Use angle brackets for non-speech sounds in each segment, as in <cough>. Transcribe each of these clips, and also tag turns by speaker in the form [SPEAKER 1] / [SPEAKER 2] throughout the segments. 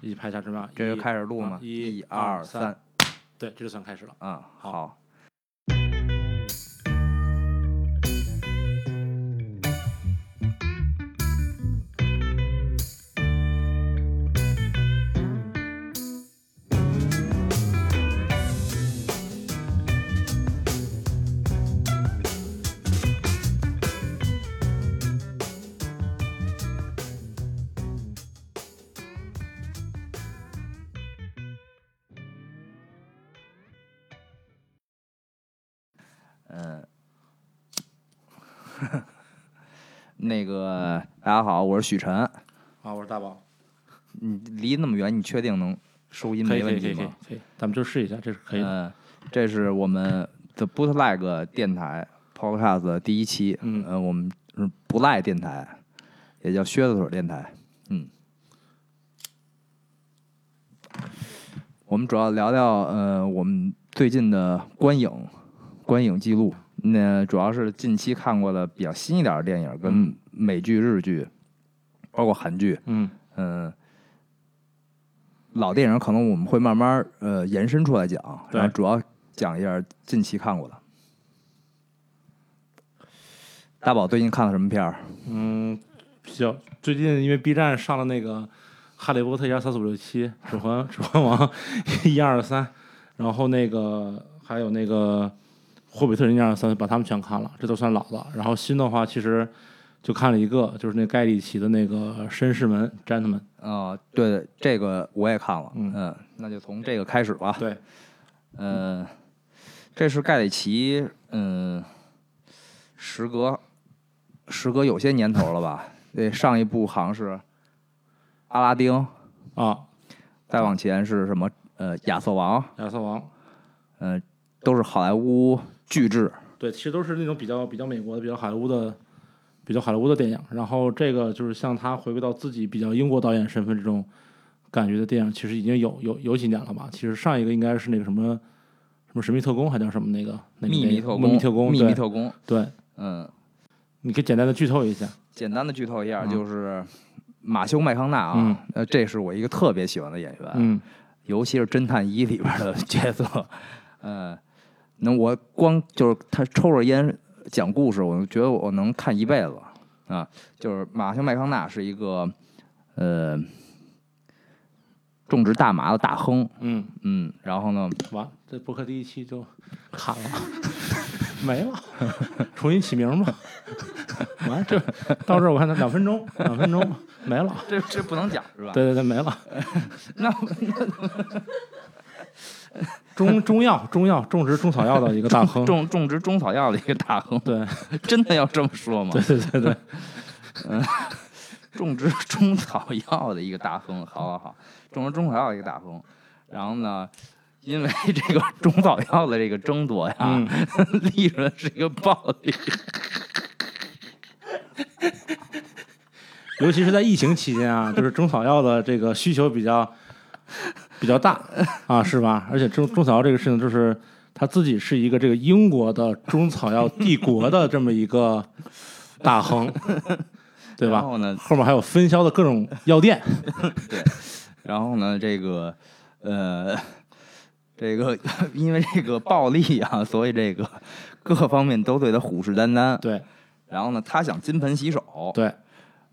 [SPEAKER 1] 一起拍下指标，
[SPEAKER 2] 这
[SPEAKER 1] 一
[SPEAKER 2] 就开始录
[SPEAKER 1] 啊
[SPEAKER 2] 嘛，
[SPEAKER 1] 一
[SPEAKER 2] 二
[SPEAKER 1] 二
[SPEAKER 2] 三，
[SPEAKER 1] 对，这就算开始了。
[SPEAKER 2] 嗯，
[SPEAKER 1] 好
[SPEAKER 2] 好，嗯，那个大家好，我是许晨，
[SPEAKER 1] 啊，我是大宝，
[SPEAKER 2] 你离那么远，你确定能收音
[SPEAKER 1] 可以
[SPEAKER 2] 没
[SPEAKER 1] 可
[SPEAKER 2] 问
[SPEAKER 1] 以可以
[SPEAKER 2] 题
[SPEAKER 1] 可以
[SPEAKER 2] 吗？，
[SPEAKER 1] 可以，咱们就试一下，这是可以的。
[SPEAKER 2] 嗯，这是我们 The Bootleg 电台 Podcast 的第一期，
[SPEAKER 1] 嗯
[SPEAKER 2] 呃，我们是不赖电台，也叫靴子腿儿电台，嗯。我们主要聊聊呃，我们最近的观影观影记录，那主要是近期看过的比较新一点的电影，跟
[SPEAKER 1] 嗯
[SPEAKER 2] 美剧、日剧，包括韩剧，
[SPEAKER 1] 嗯
[SPEAKER 2] 嗯，老电影可能我们会慢慢儿呃延伸出来讲，
[SPEAKER 1] 对
[SPEAKER 2] 然后主要讲一下近期看过的。大宝最近看了什么片儿？
[SPEAKER 1] 嗯，比较最近因为 B 站上了那个《哈利波特》一二三四五六七，《指环指环王》 <laughs> 一二三，然后那个还有那个《霍比特人》一二三，把他们全看了，这都算老的。然后新的话，其实就看了一个，就是那盖里奇的那个《绅士们》（Gentlemen）。
[SPEAKER 2] 啊、对，这个我也看了，
[SPEAKER 1] 嗯
[SPEAKER 2] 嗯、那就从这个开始吧。
[SPEAKER 1] 对，
[SPEAKER 2] 嗯、这是盖里奇，嗯、时隔时隔有些年头了吧？对，上一部好像是《阿拉丁》，
[SPEAKER 1] 啊，
[SPEAKER 2] 再往前是什么？呃，《亚瑟王》，
[SPEAKER 1] 亚瑟王。
[SPEAKER 2] 嗯，都是好莱坞巨制。
[SPEAKER 1] 对，其实都是那种比较比较美国的、比较好莱坞的、比较好莱坞的电影。然后这个就是像他回归到自己比较英国导演身份这种感觉的电影，其实已经有有有几年了吧？其实上一个应该是那个什么什么神秘特工，还叫什么那个那个
[SPEAKER 2] 秘
[SPEAKER 1] 电
[SPEAKER 2] 密
[SPEAKER 1] 影
[SPEAKER 2] 特工，
[SPEAKER 1] 秘密特工，
[SPEAKER 2] 秘
[SPEAKER 1] 对
[SPEAKER 2] 密特工。
[SPEAKER 1] 对，
[SPEAKER 2] 嗯，
[SPEAKER 1] 你可以简单的剧透一下。
[SPEAKER 2] 简单的剧透一下，
[SPEAKER 1] 嗯
[SPEAKER 2] 就是马修麦康纳啊，
[SPEAKER 1] 嗯
[SPEAKER 2] 呃，这是我一个特别喜欢的演员，
[SPEAKER 1] 嗯
[SPEAKER 2] 尤其是《侦探一》里边的角色。呃，那我光就是他抽着烟讲故事，我觉得我能看一辈子啊。就是马修麦康纳是一个呃种植大麻的大亨，
[SPEAKER 1] 嗯，
[SPEAKER 2] 嗯，然后呢，
[SPEAKER 1] 完，这播客第一期就砍了， <laughs> 没了， <laughs> 重新起名吧。完，这到这儿我看他两分钟，两分钟没了。
[SPEAKER 2] 这这不能讲是吧？
[SPEAKER 1] 对对对，没
[SPEAKER 2] <laughs>
[SPEAKER 1] 了。
[SPEAKER 2] 那
[SPEAKER 1] 中中药、中药种植中草药的一个大亨。
[SPEAKER 2] 种种植中草药的一个大亨，
[SPEAKER 1] 对
[SPEAKER 2] 真的要这么说吗？
[SPEAKER 1] 对对对对，
[SPEAKER 2] 种植 <laughs> 中草药的一个大亨，好好好，种植中草药的一个大亨。然后呢，因为这个 <laughs> 中草药的这个争夺呀，
[SPEAKER 1] 嗯
[SPEAKER 2] <laughs> 利润是一个暴利。
[SPEAKER 1] 尤其是在疫情期间啊，就是中草药的这个需求比较比较大啊，是吧？而且中中草药这个事情，就是他自己是一个这个英国的中草药帝国的这么一个大亨，对
[SPEAKER 2] 然
[SPEAKER 1] 吧？
[SPEAKER 2] 后呢，
[SPEAKER 1] 后面还有分销的各种药店，
[SPEAKER 2] 对，然后呢，这个呃，这个 <laughs> 因为这个暴利啊，所以这个各方面都对他虎视眈眈。
[SPEAKER 1] 对
[SPEAKER 2] 然后呢，他想金盆洗手，
[SPEAKER 1] 对，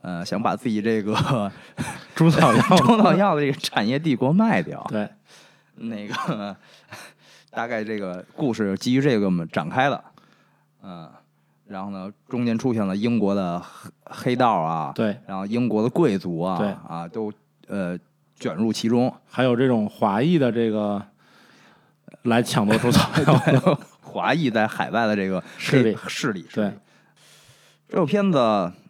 [SPEAKER 2] 呃，想把自己这个 <laughs>
[SPEAKER 1] 中草药，
[SPEAKER 2] 中草药的这个产业帝国卖掉。
[SPEAKER 1] 对，
[SPEAKER 2] 那个 <laughs> 大概这个故事基于这个我们展开的，嗯，然后呢，中间出现了英国的黑黑道啊，
[SPEAKER 1] 对，
[SPEAKER 2] 然后英国的贵族啊，
[SPEAKER 1] 对
[SPEAKER 2] 啊，都呃卷入其中，
[SPEAKER 1] 还有这种华裔的这个来抢夺中草
[SPEAKER 2] <laughs>
[SPEAKER 1] 药，
[SPEAKER 2] 华裔在海外的这个
[SPEAKER 1] 势
[SPEAKER 2] 黑
[SPEAKER 1] 力
[SPEAKER 2] 势力，势
[SPEAKER 1] 对
[SPEAKER 2] 力。这部片子，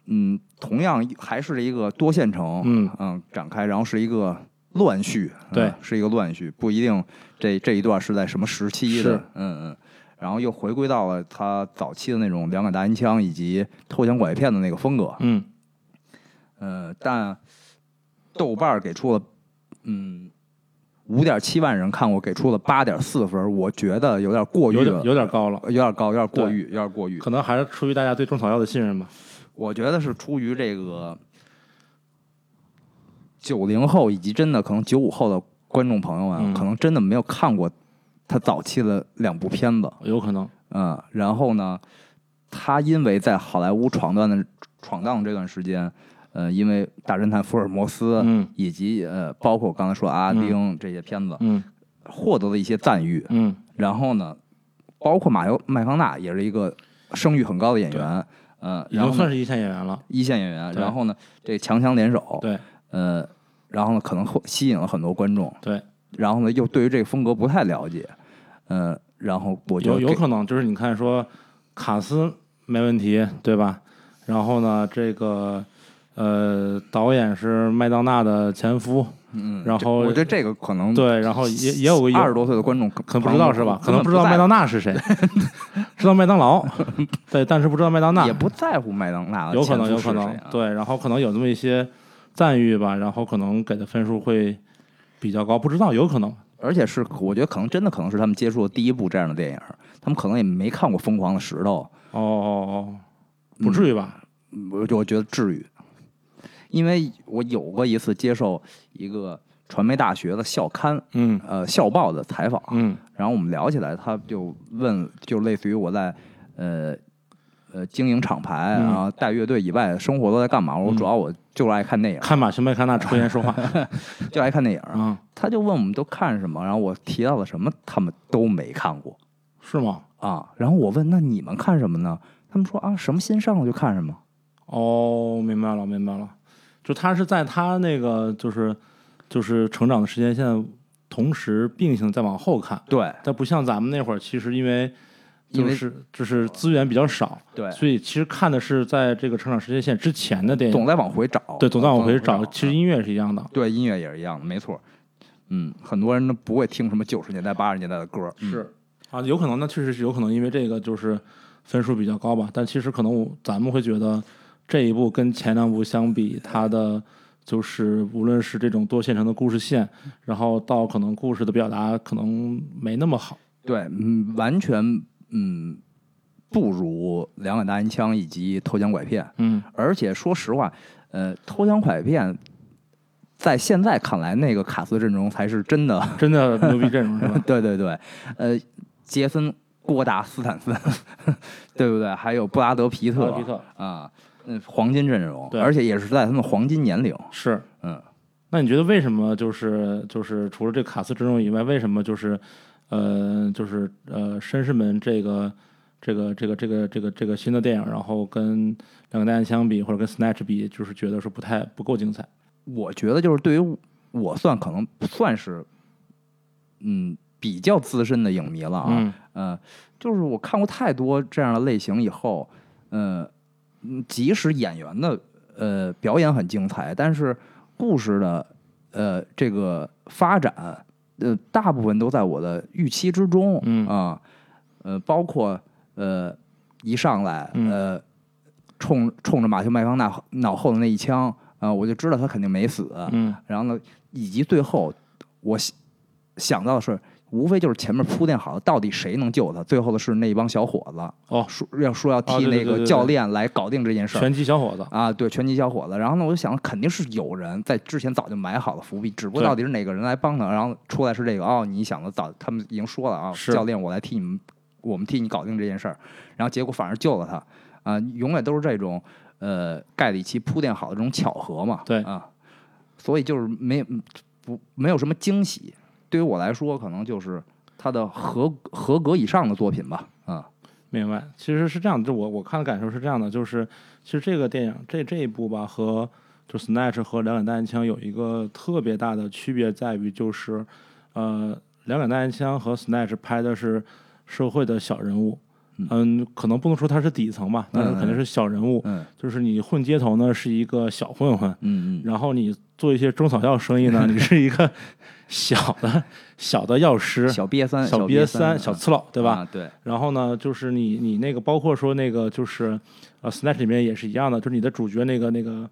[SPEAKER 2] 嗯，同样还是一个多线程，
[SPEAKER 1] 嗯
[SPEAKER 2] 展开，然后是一个乱序，嗯
[SPEAKER 1] 对
[SPEAKER 2] 是一个乱序，不一定这这一段是在什么时期的
[SPEAKER 1] 是，
[SPEAKER 2] 嗯嗯，然后又回归到了他早期的那种两杆大烟枪以及偷抢拐骗的那个风格，
[SPEAKER 1] 嗯，
[SPEAKER 2] 呃，但豆瓣儿给出了，嗯，五点七万人看过，给出了八点四分儿，我觉得有点过
[SPEAKER 1] 有
[SPEAKER 2] 誉
[SPEAKER 1] 点
[SPEAKER 2] 了，
[SPEAKER 1] 有点高了。
[SPEAKER 2] 有点高，有点过誉，有点过誉。
[SPEAKER 1] 可能还是出于大家对中草药的信任吧。
[SPEAKER 2] 我觉得是出于这个九零后以及真的可能九五后的观众朋友们，
[SPEAKER 1] 嗯
[SPEAKER 2] 可能真的没有看过他早期的两部片子，
[SPEAKER 1] 有可能，
[SPEAKER 2] 嗯，然后呢，他因为在好莱坞闯荡的闯荡这段时间，呃，因为《大侦探福尔摩斯》
[SPEAKER 1] 嗯
[SPEAKER 2] 以及呃，包括刚才说《阿拉丁》这些片子，
[SPEAKER 1] 嗯
[SPEAKER 2] 获得了一些赞誉。
[SPEAKER 1] 嗯，
[SPEAKER 2] 然后呢，包括马尤麦康纳也是一个声誉很高的演员，呃，
[SPEAKER 1] 已
[SPEAKER 2] 然后
[SPEAKER 1] 经算
[SPEAKER 2] 呢
[SPEAKER 1] 是一线演员了。
[SPEAKER 2] 一线演员。
[SPEAKER 1] 对
[SPEAKER 2] 然后呢，这强强联手，
[SPEAKER 1] 对
[SPEAKER 2] 呃，然后呢，可能会吸引了很多观众。
[SPEAKER 1] 对，
[SPEAKER 2] 然后呢，又对于这个风格不太了解，呃，然后我觉
[SPEAKER 1] 有
[SPEAKER 2] 得
[SPEAKER 1] 有可能就是你看说卡斯没问题，对吧？然后呢，这个能呃导演是麦当娜的前夫，
[SPEAKER 2] 嗯，
[SPEAKER 1] 然后
[SPEAKER 2] 我觉得这个可能
[SPEAKER 1] 对，然后也也有个
[SPEAKER 2] 二十多岁的观众可
[SPEAKER 1] 可能不知道是吧？可能不知道麦当娜是谁， <laughs> 知道麦当劳，对，但是不知道麦当娜
[SPEAKER 2] 也，不在乎麦当娜的
[SPEAKER 1] 有可
[SPEAKER 2] 前
[SPEAKER 1] 能
[SPEAKER 2] 夫
[SPEAKER 1] 有
[SPEAKER 2] 是
[SPEAKER 1] 可能
[SPEAKER 2] 谁啊，
[SPEAKER 1] 对，然后可能有那么一些赞誉吧，然后可能给的分数会比较高，不知道有可能，
[SPEAKER 2] 而且是我觉得可能真的可能是他们接触的第一部这样的电影，他们可能也没看过《疯狂的石头
[SPEAKER 1] 哦哦哦，不至于吧？》，
[SPEAKER 2] 我就我觉得至于，因为我有过一次接受一个传媒大学的校刊
[SPEAKER 1] 嗯
[SPEAKER 2] 呃校报的采访，
[SPEAKER 1] 嗯
[SPEAKER 2] 然后我们聊起来，他就问，就类似于我在呃呃经营厂牌，
[SPEAKER 1] 嗯
[SPEAKER 2] 然后带乐队以外，生活都在干嘛？我
[SPEAKER 1] 嗯
[SPEAKER 2] 主要我就是爱看电影，
[SPEAKER 1] 看马修麦康纳抽烟说话，
[SPEAKER 2] 就爱看电影。
[SPEAKER 1] 嗯，
[SPEAKER 2] 他就问我们都看什么，然后我提到了什么，他们都没看过
[SPEAKER 1] 是吗？
[SPEAKER 2] 啊。然后我问那你们看什么呢？他们说啊，什么新上了就看什么。
[SPEAKER 1] 哦，明白了，明白了，就他是在他那个就是就是成长的时间线同时并行再往后看，
[SPEAKER 2] 对
[SPEAKER 1] 但不像咱们那会儿，其实因为
[SPEAKER 2] 因
[SPEAKER 1] 就
[SPEAKER 2] 为
[SPEAKER 1] 是就是资源比较少，
[SPEAKER 2] 对，
[SPEAKER 1] 所以其实看的是在这个成长时间线之前的电影，
[SPEAKER 2] 总在往回找，
[SPEAKER 1] 对，总在往回
[SPEAKER 2] 啊
[SPEAKER 1] 找。其实音乐是一样的，
[SPEAKER 2] 对音乐也是一样的，没错。嗯，很多人都不会听什么九十年代、八十年代的歌，嗯
[SPEAKER 1] 是啊，有可能那确实是有可能因为这个就是分数比较高吧，但其实可能我咱们会觉得这一部跟前两部相比，它的就是无论是这种多线程的故事线，然后到可能故事的表达可能没那么好，
[SPEAKER 2] 对，嗯，完全嗯不如《两杆大烟枪》以及《偷抢拐骗》，
[SPEAKER 1] 嗯
[SPEAKER 2] 而且说实话，呃，《偷抢拐骗》在现在看来，那个卡斯阵容才是真的。 <laughs>
[SPEAKER 1] 真的牛逼阵容是吧？
[SPEAKER 2] 对对对，呃，杰森·郭达斯坦森， <laughs> 对不对？还有布拉德·皮 <laughs> 特，
[SPEAKER 1] 布拉德皮特
[SPEAKER 2] 啊，嗯，黄金阵容，
[SPEAKER 1] 对
[SPEAKER 2] 而且也是在他们黄金年龄，
[SPEAKER 1] 是，
[SPEAKER 2] 嗯。
[SPEAKER 1] 那你觉得为什么就是就是除了这卡斯之中以外，为什么就是呃就是呃绅士们这个这个这个这个这个这个新的电影，然后跟两个大案相比，或者跟 Snatch 比，就是觉得说不太不够精彩？
[SPEAKER 2] 我觉得就是对于我算可能算是，嗯，比较资深的影迷了啊，
[SPEAKER 1] 嗯
[SPEAKER 2] 呃，就是我看过太多这样的类型以后，呃，嗯即使演员的呃表演很精彩，但是故事的呃这个发展，呃，大部分都在我的预期之中，
[SPEAKER 1] 嗯
[SPEAKER 2] 啊，呃，包括呃一上来
[SPEAKER 1] 嗯
[SPEAKER 2] 呃冲冲着马修麦康纳脑后的那一枪啊、我就知道他肯定没死，
[SPEAKER 1] 嗯
[SPEAKER 2] 然后呢，以及最后我想想到的是，无非就是前面铺垫好了，到底谁能救他？最后的是那一帮小伙子
[SPEAKER 1] 哦，
[SPEAKER 2] 说要说要
[SPEAKER 1] 啊对
[SPEAKER 2] 替
[SPEAKER 1] 对
[SPEAKER 2] 那
[SPEAKER 1] 对
[SPEAKER 2] 个
[SPEAKER 1] 对
[SPEAKER 2] 教练来搞定这件事儿。
[SPEAKER 1] 拳击小伙子，
[SPEAKER 2] 啊，对，拳击小伙子。然后呢，我就想，肯定是有人在之前早就埋好了伏笔，只不过
[SPEAKER 1] 对
[SPEAKER 2] 到底是哪个人来帮他。然后出来是这个，哦，你想的早，他们已经说了啊，
[SPEAKER 1] 是
[SPEAKER 2] 教练，我来替你们，我们替你搞定这件事儿。然后结果反而救了他，啊、永远都是这种，呃，盖里奇铺垫好的这种巧合嘛，
[SPEAKER 1] 对
[SPEAKER 2] 啊，所以就是没不没有什么惊喜。对于我来说，可能就是他的合合格以上的作品吧，啊，
[SPEAKER 1] 明白，其实是这样的，就我我看的感受是这样的，就是其实这个电影这这一部吧，和就 Snatch 和两杆大烟枪有一个特别大的区别在于，就是呃，两杆大烟枪和 Snatch 拍的是社会的小人物，嗯，可能不能说他是底层吧，但是肯定是小人物，
[SPEAKER 2] 嗯
[SPEAKER 1] 就是你混街头呢是一个小混混，
[SPEAKER 2] 嗯嗯，
[SPEAKER 1] 然后你做一些中草药生意呢，你是一个 <laughs> 小的小的药师，
[SPEAKER 2] 小瘪三，
[SPEAKER 1] 小
[SPEAKER 2] 瘪
[SPEAKER 1] 三，小
[SPEAKER 2] 啊
[SPEAKER 1] 次佬，对吧？
[SPEAKER 2] 啊对，
[SPEAKER 1] 然后呢，就是你你那个包括说那个就是呃，Snatch 里面也是一样的，就是你的主角那个那个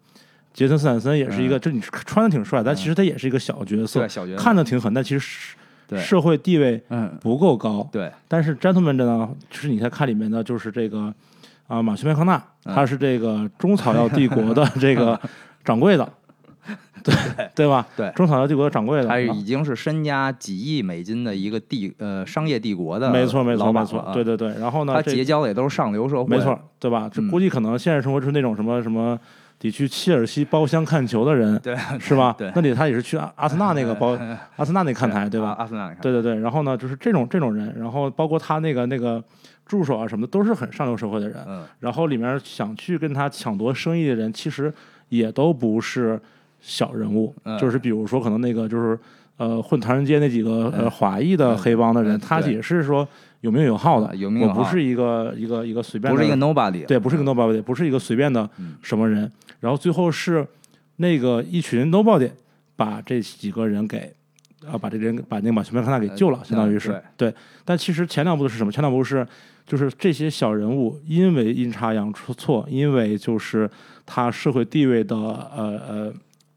[SPEAKER 1] 杰森斯坦森也是一个，就是你穿的挺帅，但其实他也是一个小角色，
[SPEAKER 2] 嗯对小角色
[SPEAKER 1] 看的挺狠，但其实
[SPEAKER 2] 对
[SPEAKER 1] 社会地位
[SPEAKER 2] 嗯，
[SPEAKER 1] 不够高。
[SPEAKER 2] 对，
[SPEAKER 1] 但是 Gentleman 呢，就是你在看里面呢，就是这个
[SPEAKER 2] 嗯 <laughs>
[SPEAKER 1] 啊、马修麦康纳，他是这个中草药帝国的这个掌柜的。对吧？
[SPEAKER 2] 对
[SPEAKER 1] 中草药帝国掌柜的，
[SPEAKER 2] 他
[SPEAKER 1] 啊
[SPEAKER 2] 已经是身家几亿美金的一个帝呃商业帝国的
[SPEAKER 1] 没错没错
[SPEAKER 2] 老板
[SPEAKER 1] 没
[SPEAKER 2] 了
[SPEAKER 1] 错，
[SPEAKER 2] 啊
[SPEAKER 1] 对对对。然后呢，
[SPEAKER 2] 他
[SPEAKER 1] 这
[SPEAKER 2] 结交的也都是上流社会，
[SPEAKER 1] 没错，，对吧？这
[SPEAKER 2] 嗯
[SPEAKER 1] 估计可能现实生活就是那种什么什么得去切尔西包厢看球的人，
[SPEAKER 2] 对
[SPEAKER 1] <laughs> 是吧？
[SPEAKER 2] 对
[SPEAKER 1] 那得他也是去阿阿森纳那个
[SPEAKER 2] <laughs>
[SPEAKER 1] 包阿森纳那看台，对
[SPEAKER 2] 啊
[SPEAKER 1] 吧？
[SPEAKER 2] 阿森纳，你看
[SPEAKER 1] 对对对，然后呢，就是这种这种人，然后包括他那个那个助手啊什么的，都是很上流社会的人。
[SPEAKER 2] 嗯，
[SPEAKER 1] 然后里面想去跟他抢夺生意的人，其实也都不是小人物，
[SPEAKER 2] 嗯
[SPEAKER 1] 就是比如说可能那个就是呃混唐人街那几个呃
[SPEAKER 2] 嗯
[SPEAKER 1] 华裔的黑帮的人，
[SPEAKER 2] 嗯
[SPEAKER 1] 他
[SPEAKER 2] 对
[SPEAKER 1] 也是说有名有号的，
[SPEAKER 2] 有名有
[SPEAKER 1] 我不
[SPEAKER 2] 号
[SPEAKER 1] 是一个一个一个随便的，
[SPEAKER 2] 不是一个 nobody，
[SPEAKER 1] 对，不是一个 nobody，不是一个随便的
[SPEAKER 2] 嗯
[SPEAKER 1] 什么人。然后最后是那个一群 nobody 把这几个人给啊，把这人把那个马修麦康纳
[SPEAKER 2] 呃
[SPEAKER 1] 给救了，相当于是、
[SPEAKER 2] 嗯
[SPEAKER 1] 对但其实前两部是什么？前两部是就是这些小人物因为阴差阳错，因为就是他社会地位的呃呃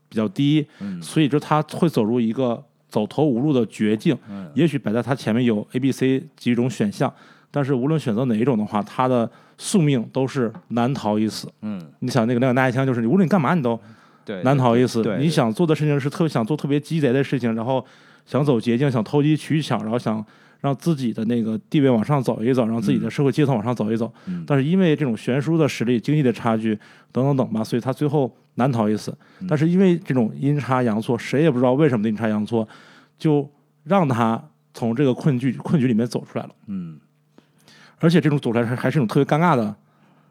[SPEAKER 1] 比较低，
[SPEAKER 2] 嗯
[SPEAKER 1] 所以就他会走入一个走投无路的绝境。
[SPEAKER 2] 嗯
[SPEAKER 1] 也许摆在他前面有 A、B、C 几种选项，但是无论选择哪一种的话，他的宿命都是难逃一死。
[SPEAKER 2] 嗯，
[SPEAKER 1] 你想那个那个拿一枪，就是你无论你干嘛你都
[SPEAKER 2] 哎对，
[SPEAKER 1] 难逃一死
[SPEAKER 2] 对。对
[SPEAKER 1] 你想做的事情是特别想做特别鸡贼的事情，然后想走捷径，想偷机取巧，然后想让自己的那个地位往上走一走，让自己的社会阶层往上走一走。
[SPEAKER 2] 嗯
[SPEAKER 1] 但是因为这种悬殊的实力、经济的差距等等等吧，所以他最后难逃一死。
[SPEAKER 2] 嗯
[SPEAKER 1] 但是因为这种阴差阳错，谁也不知道为什么的阴差阳错，就让他从这个困局困局里面走出来了。
[SPEAKER 2] 嗯
[SPEAKER 1] 而且这种走出来还还是一种特别尴尬的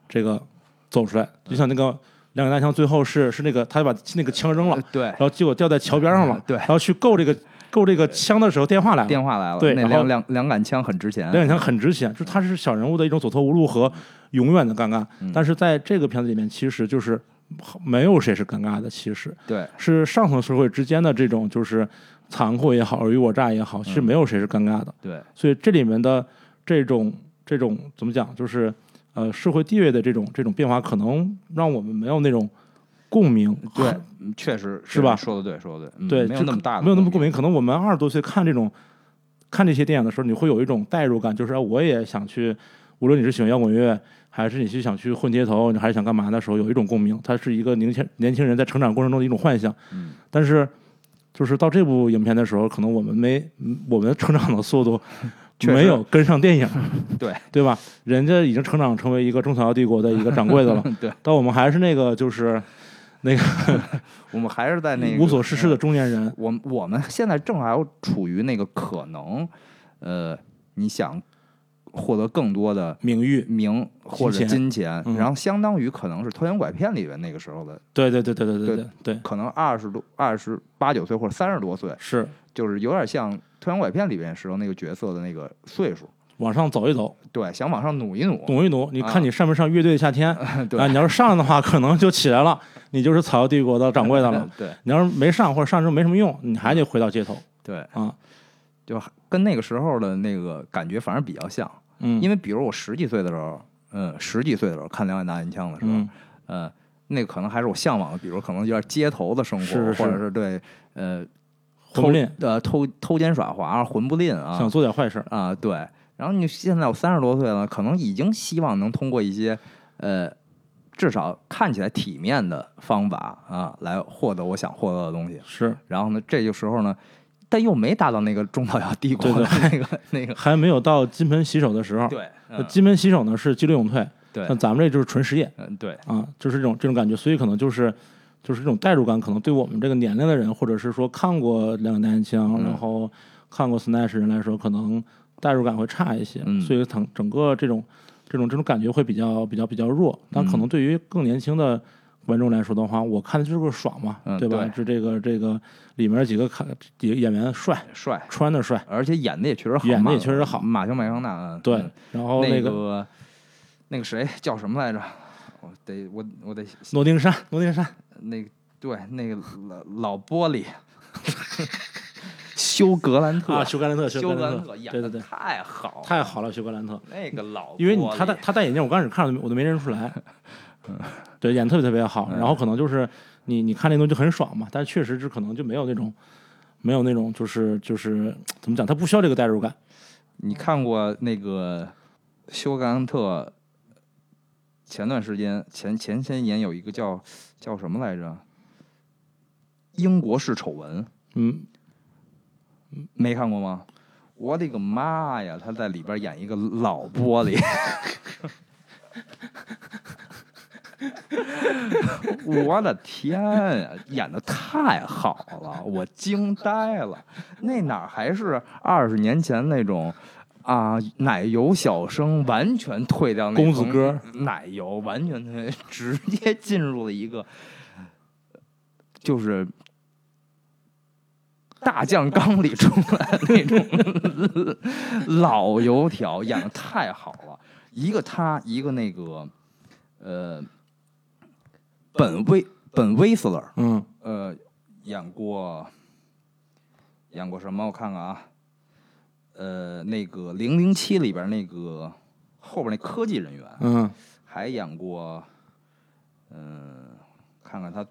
[SPEAKER 1] 这个走出来，就像那个两杆大枪最后是是那个他把那个枪扔了
[SPEAKER 2] 呃，对
[SPEAKER 1] 然，后结果掉在桥边上了
[SPEAKER 2] 嗯，对
[SPEAKER 1] 然后去够这个够这个枪的时候，电话来了，
[SPEAKER 2] 电话来了，
[SPEAKER 1] 对
[SPEAKER 2] 那
[SPEAKER 1] 然后
[SPEAKER 2] 两两两杆枪很值钱，
[SPEAKER 1] 两杆枪很值钱，就是他是小人物的一种走投无路和永远的尴尬
[SPEAKER 2] 嗯，
[SPEAKER 1] 但是在这个片子里面，其实就是没有谁是尴尬的，其实
[SPEAKER 2] 对，
[SPEAKER 1] 是上层社会之间的这种就是残酷也好，尔虞我诈也好，
[SPEAKER 2] 嗯
[SPEAKER 1] 其实没有谁是尴尬的。
[SPEAKER 2] 对，
[SPEAKER 1] 所以这里面的这种这种怎么讲，就是呃社会地位的这种这种变化，可能让我们没有那种共鸣，
[SPEAKER 2] 对，嗯确实
[SPEAKER 1] 是吧
[SPEAKER 2] 说的对，说的对，嗯
[SPEAKER 1] 对，
[SPEAKER 2] 没有
[SPEAKER 1] 就
[SPEAKER 2] 那么大的，
[SPEAKER 1] 没有那么共。鸣。可能我们二十多岁看这种看这些电影的时候，你会有一种代入感，就是哎我也想去，无论你是喜欢摇滚乐，还是你去想去混街头，你还是想干嘛的时候，有一种共鸣。它是一个年轻年轻人在成长过程中的一种幻想。
[SPEAKER 2] 嗯，
[SPEAKER 1] 但是就是到这部影片的时候，可能我们没嗯我们成长的速度
[SPEAKER 2] <laughs> 确实
[SPEAKER 1] 没有跟上电影，
[SPEAKER 2] <laughs> 对，
[SPEAKER 1] 对吧？人家已经成长成为一个中草药帝国的一个掌柜的了
[SPEAKER 2] <laughs> 嗯对，
[SPEAKER 1] 但我们还是那个就是
[SPEAKER 2] 我们还是在那个
[SPEAKER 1] 无所事事的中年人。
[SPEAKER 2] 我们我们现在正好处于那个可能，呃，你想获得更多的
[SPEAKER 1] 名誉，
[SPEAKER 2] 名或者
[SPEAKER 1] 金钱
[SPEAKER 2] 金钱，
[SPEAKER 1] 嗯
[SPEAKER 2] 然后相当于可能是偷奸拐骗里边那个时候的，
[SPEAKER 1] 对对对对对对对对，
[SPEAKER 2] 可能二十多、二十八九岁或者三十多岁，
[SPEAKER 1] 是
[SPEAKER 2] 就是有点像偷奸拐骗里边时候那个角色的那个岁数。
[SPEAKER 1] 往上走一走，
[SPEAKER 2] 对，想往上努一努，
[SPEAKER 1] 努一努，你
[SPEAKER 2] 啊
[SPEAKER 1] 看你上没上乐队的夏天
[SPEAKER 2] <laughs> 对
[SPEAKER 1] 啊？你要是上了的话，可能就起来了，你就是草药帝国的掌柜
[SPEAKER 2] <laughs>
[SPEAKER 1] 的了。
[SPEAKER 2] 对
[SPEAKER 1] 你要是没上或者上之后没什么用，你还得回到街头
[SPEAKER 2] 对，
[SPEAKER 1] 啊。
[SPEAKER 2] 就跟那个时候的那个感觉反而比较像。
[SPEAKER 1] 嗯，
[SPEAKER 2] 因为
[SPEAKER 1] 为
[SPEAKER 2] 比如我十几岁的时候，嗯，十几岁的时候看《两眼大烟枪》的时候，
[SPEAKER 1] 嗯
[SPEAKER 2] 呃，那个可能还是我向往的，比如可能有点街头的生活，
[SPEAKER 1] 是是
[SPEAKER 2] 或者是对呃偷
[SPEAKER 1] 混不吝，
[SPEAKER 2] 呃偷偷奸耍滑、混不吝啊
[SPEAKER 1] 想做点坏事儿，
[SPEAKER 2] 啊对。然后你现在我三十多岁了，可能已经希望能通过一些呃至少看起来体面的方法啊，来获得我想获得的东西。
[SPEAKER 1] 是
[SPEAKER 2] 然后呢，这就时候呢，但又没达到那个中草药帝国
[SPEAKER 1] 对
[SPEAKER 2] 的那个那
[SPEAKER 1] <laughs>
[SPEAKER 2] 个
[SPEAKER 1] 还没有到金盆洗手的时候。
[SPEAKER 2] 对
[SPEAKER 1] 那
[SPEAKER 2] 嗯
[SPEAKER 1] 金盆洗手呢是激流勇退，
[SPEAKER 2] 对
[SPEAKER 1] 像咱们这就是纯实业
[SPEAKER 2] 嗯对
[SPEAKER 1] 啊，就是这种这种感觉，所以可能就是就是这种代入感，可能对我们这个年龄的人，或者是说看过《两个单枪》
[SPEAKER 2] 嗯
[SPEAKER 1] 然后看过《Snatch》人来说，可能代入感会差一些，
[SPEAKER 2] 嗯
[SPEAKER 1] 所以整整个这种这种这种感觉会比较比较比较弱。但
[SPEAKER 2] 嗯
[SPEAKER 1] 可能对于更年轻的观众来说的话，我看的就是个爽嘛，
[SPEAKER 2] 嗯
[SPEAKER 1] 对吧？
[SPEAKER 2] 对
[SPEAKER 1] 就这个这个里面几个卡几个演员帅，
[SPEAKER 2] 帅。
[SPEAKER 1] 穿的帅，
[SPEAKER 2] 而且演的也确实好，
[SPEAKER 1] 演得也
[SPEAKER 2] 马
[SPEAKER 1] 确实好
[SPEAKER 2] 马修麦康纳，嗯
[SPEAKER 1] 对，
[SPEAKER 2] 嗯
[SPEAKER 1] 然后
[SPEAKER 2] 那
[SPEAKER 1] 个
[SPEAKER 2] 个那个谁叫什么来着？我得我我得
[SPEAKER 1] 诺丁山，诺丁山。
[SPEAKER 2] 那个对那个老老玻 <laughs> 璃，休格兰特，
[SPEAKER 1] 啊，休格兰特，
[SPEAKER 2] 休
[SPEAKER 1] 格
[SPEAKER 2] 格兰
[SPEAKER 1] 特，
[SPEAKER 2] 演
[SPEAKER 1] 对对
[SPEAKER 2] 的
[SPEAKER 1] 对，
[SPEAKER 2] 太好，
[SPEAKER 1] 太好了，休格兰特，
[SPEAKER 2] 那个老玻璃，
[SPEAKER 1] 因为你他戴他戴眼镜，我刚开始看我都没认出来，对，演得特别特别好，然后可能就是你你看那东西就很爽嘛，但确实是可能就没有那种没有那种就是就是怎么讲，他不需要这个代入感，
[SPEAKER 2] 你看过那个休格兰特？前段时间前前些年有一个叫叫什么来着？英国式丑闻》，
[SPEAKER 1] 嗯，
[SPEAKER 2] 没看过吗？我的个妈呀！他在里边演一个老玻璃， <laughs> 我的天呀，演的太好了，我惊呆了。那哪儿还是二十年前那种啊奶油小生，完全退掉那
[SPEAKER 1] 公子
[SPEAKER 2] 层
[SPEAKER 1] 哥
[SPEAKER 2] 奶油，完全退，直接进入了一个就是大酱缸里出来的那种老油条，演的太好了。一个他，一个那个呃本威本威斯勒，
[SPEAKER 1] 嗯，
[SPEAKER 2] 呃，演过演过什么？我看看啊，呃，那个《零零七》里边那个后边那科技人员，
[SPEAKER 1] 嗯，
[SPEAKER 2] 还演过，嗯、看看他，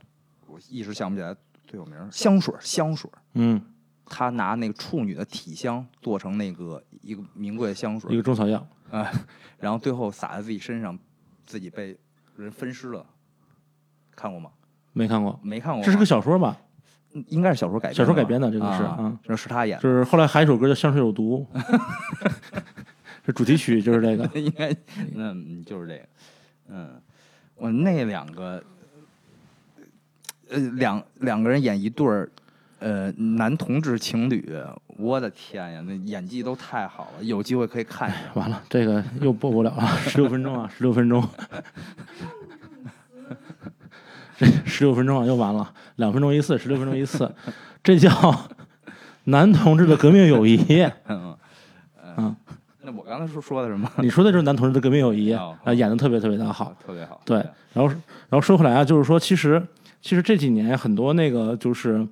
[SPEAKER 2] 我一时想不起来最有名儿香水儿，香水儿，
[SPEAKER 1] 嗯，
[SPEAKER 2] 他拿那个处女的体香做成那个一个名贵的香水
[SPEAKER 1] 一
[SPEAKER 2] 儿，
[SPEAKER 1] 个中草药，
[SPEAKER 2] 啊、然后最后洒在自己身上，自己被人分尸了，看过吗？
[SPEAKER 1] 没看过，
[SPEAKER 2] 没看过吗，
[SPEAKER 1] 这是个小说吧？
[SPEAKER 2] 应该是小说改编的吧，
[SPEAKER 1] 小说改编的这个是
[SPEAKER 2] 啊
[SPEAKER 1] 嗯，
[SPEAKER 2] 这是他演的，
[SPEAKER 1] 就是后来还有一首歌叫《香水有毒》，这主题曲就是这个，
[SPEAKER 2] 应该，嗯，就是这个，嗯，我那两个，呃，两两个人演一对儿，呃，男同志情侣，我的天呀，那演技都太好了，有机会可以看一
[SPEAKER 1] <laughs>
[SPEAKER 2] 下。
[SPEAKER 1] 完了，这个又播不了了，十六分钟啊，十六分钟， <laughs> 这十六分钟啊，又完了，两分钟一次，十六分钟一次，这叫 <laughs> 男同志的革命友谊。
[SPEAKER 2] 嗯，
[SPEAKER 1] 嗯
[SPEAKER 2] 嗯，那我刚才说说的什么？
[SPEAKER 1] 你说的就是男同志的革命友谊
[SPEAKER 2] 哦
[SPEAKER 1] 啊，演的特别特别的好。
[SPEAKER 2] 特别好。
[SPEAKER 1] 对，然后然后说回来啊，就是说，其实其实这几年很多那个就是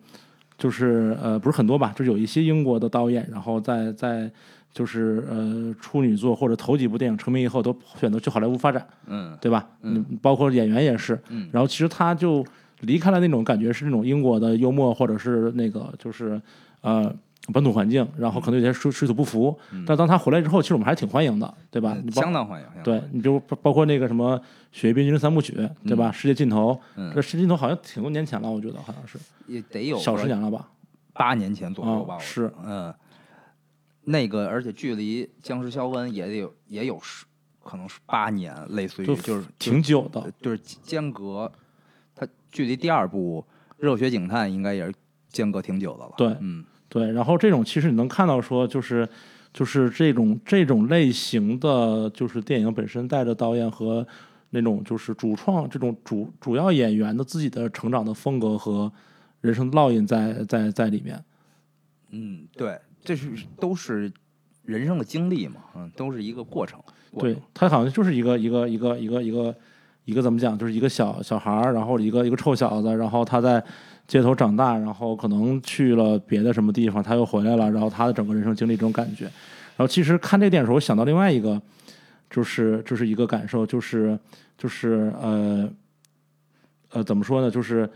[SPEAKER 1] 就是呃，不是很多吧，就是有一些英国的导演，然后在在就是呃处女作或者头几部电影成名以后，都选择去好莱坞发展，
[SPEAKER 2] 嗯
[SPEAKER 1] 对吧？嗯，包括演员也是。
[SPEAKER 2] 嗯
[SPEAKER 1] 然后其实他就离开了那种感觉是那种英国的幽默，或者是那个就是呃。本土环境，然后可能有些水水土不服，但当他回来之后，其实我们还是挺欢迎的，对吧？你
[SPEAKER 2] 嗯，
[SPEAKER 1] 包
[SPEAKER 2] 相当欢迎。相当欢
[SPEAKER 1] 对
[SPEAKER 2] 迎，
[SPEAKER 1] 你比如包包括那个什么《雪域冰激凌三部曲》，对吧？世界尽头》
[SPEAKER 2] 嗯
[SPEAKER 1] 这《世界尽头》好像挺多年前了，我觉得好像是
[SPEAKER 2] 也得有
[SPEAKER 1] 小
[SPEAKER 2] 个
[SPEAKER 1] 十年了吧？
[SPEAKER 2] 八年前左右吧，
[SPEAKER 1] 哦
[SPEAKER 2] 我
[SPEAKER 1] 是
[SPEAKER 2] 嗯，那个而且距离《僵尸肖恩》也得有也有十，可能是八年，类似于
[SPEAKER 1] 就
[SPEAKER 2] 就是
[SPEAKER 1] 挺久的
[SPEAKER 2] 就，就是间隔，它距离第二部《热血警探》应该也是间隔挺久的了。
[SPEAKER 1] 对
[SPEAKER 2] 嗯
[SPEAKER 1] 对。然后这种其实你能看到说，就是就是这种这种类型的，就是电影本身带着导演和那种就是主创这种主主要演员的自己的成长的风格和人生烙印在在在里面。
[SPEAKER 2] 嗯，对，这是都是人生的经历嘛，嗯，都是一个过程。过
[SPEAKER 1] 对
[SPEAKER 2] 程，
[SPEAKER 1] 他好像就是一个一个一个一个一个一个怎么讲，就是一个小小孩儿，然后一个一个臭小子，然后他在街头长大，然后可能去了别的什么地方，他又回来了，然后他的整个人生经历这种感觉。然后其实看这个电影的时候，我想到另外一个，就是就是一个感受，就是就是呃呃怎么说呢，就是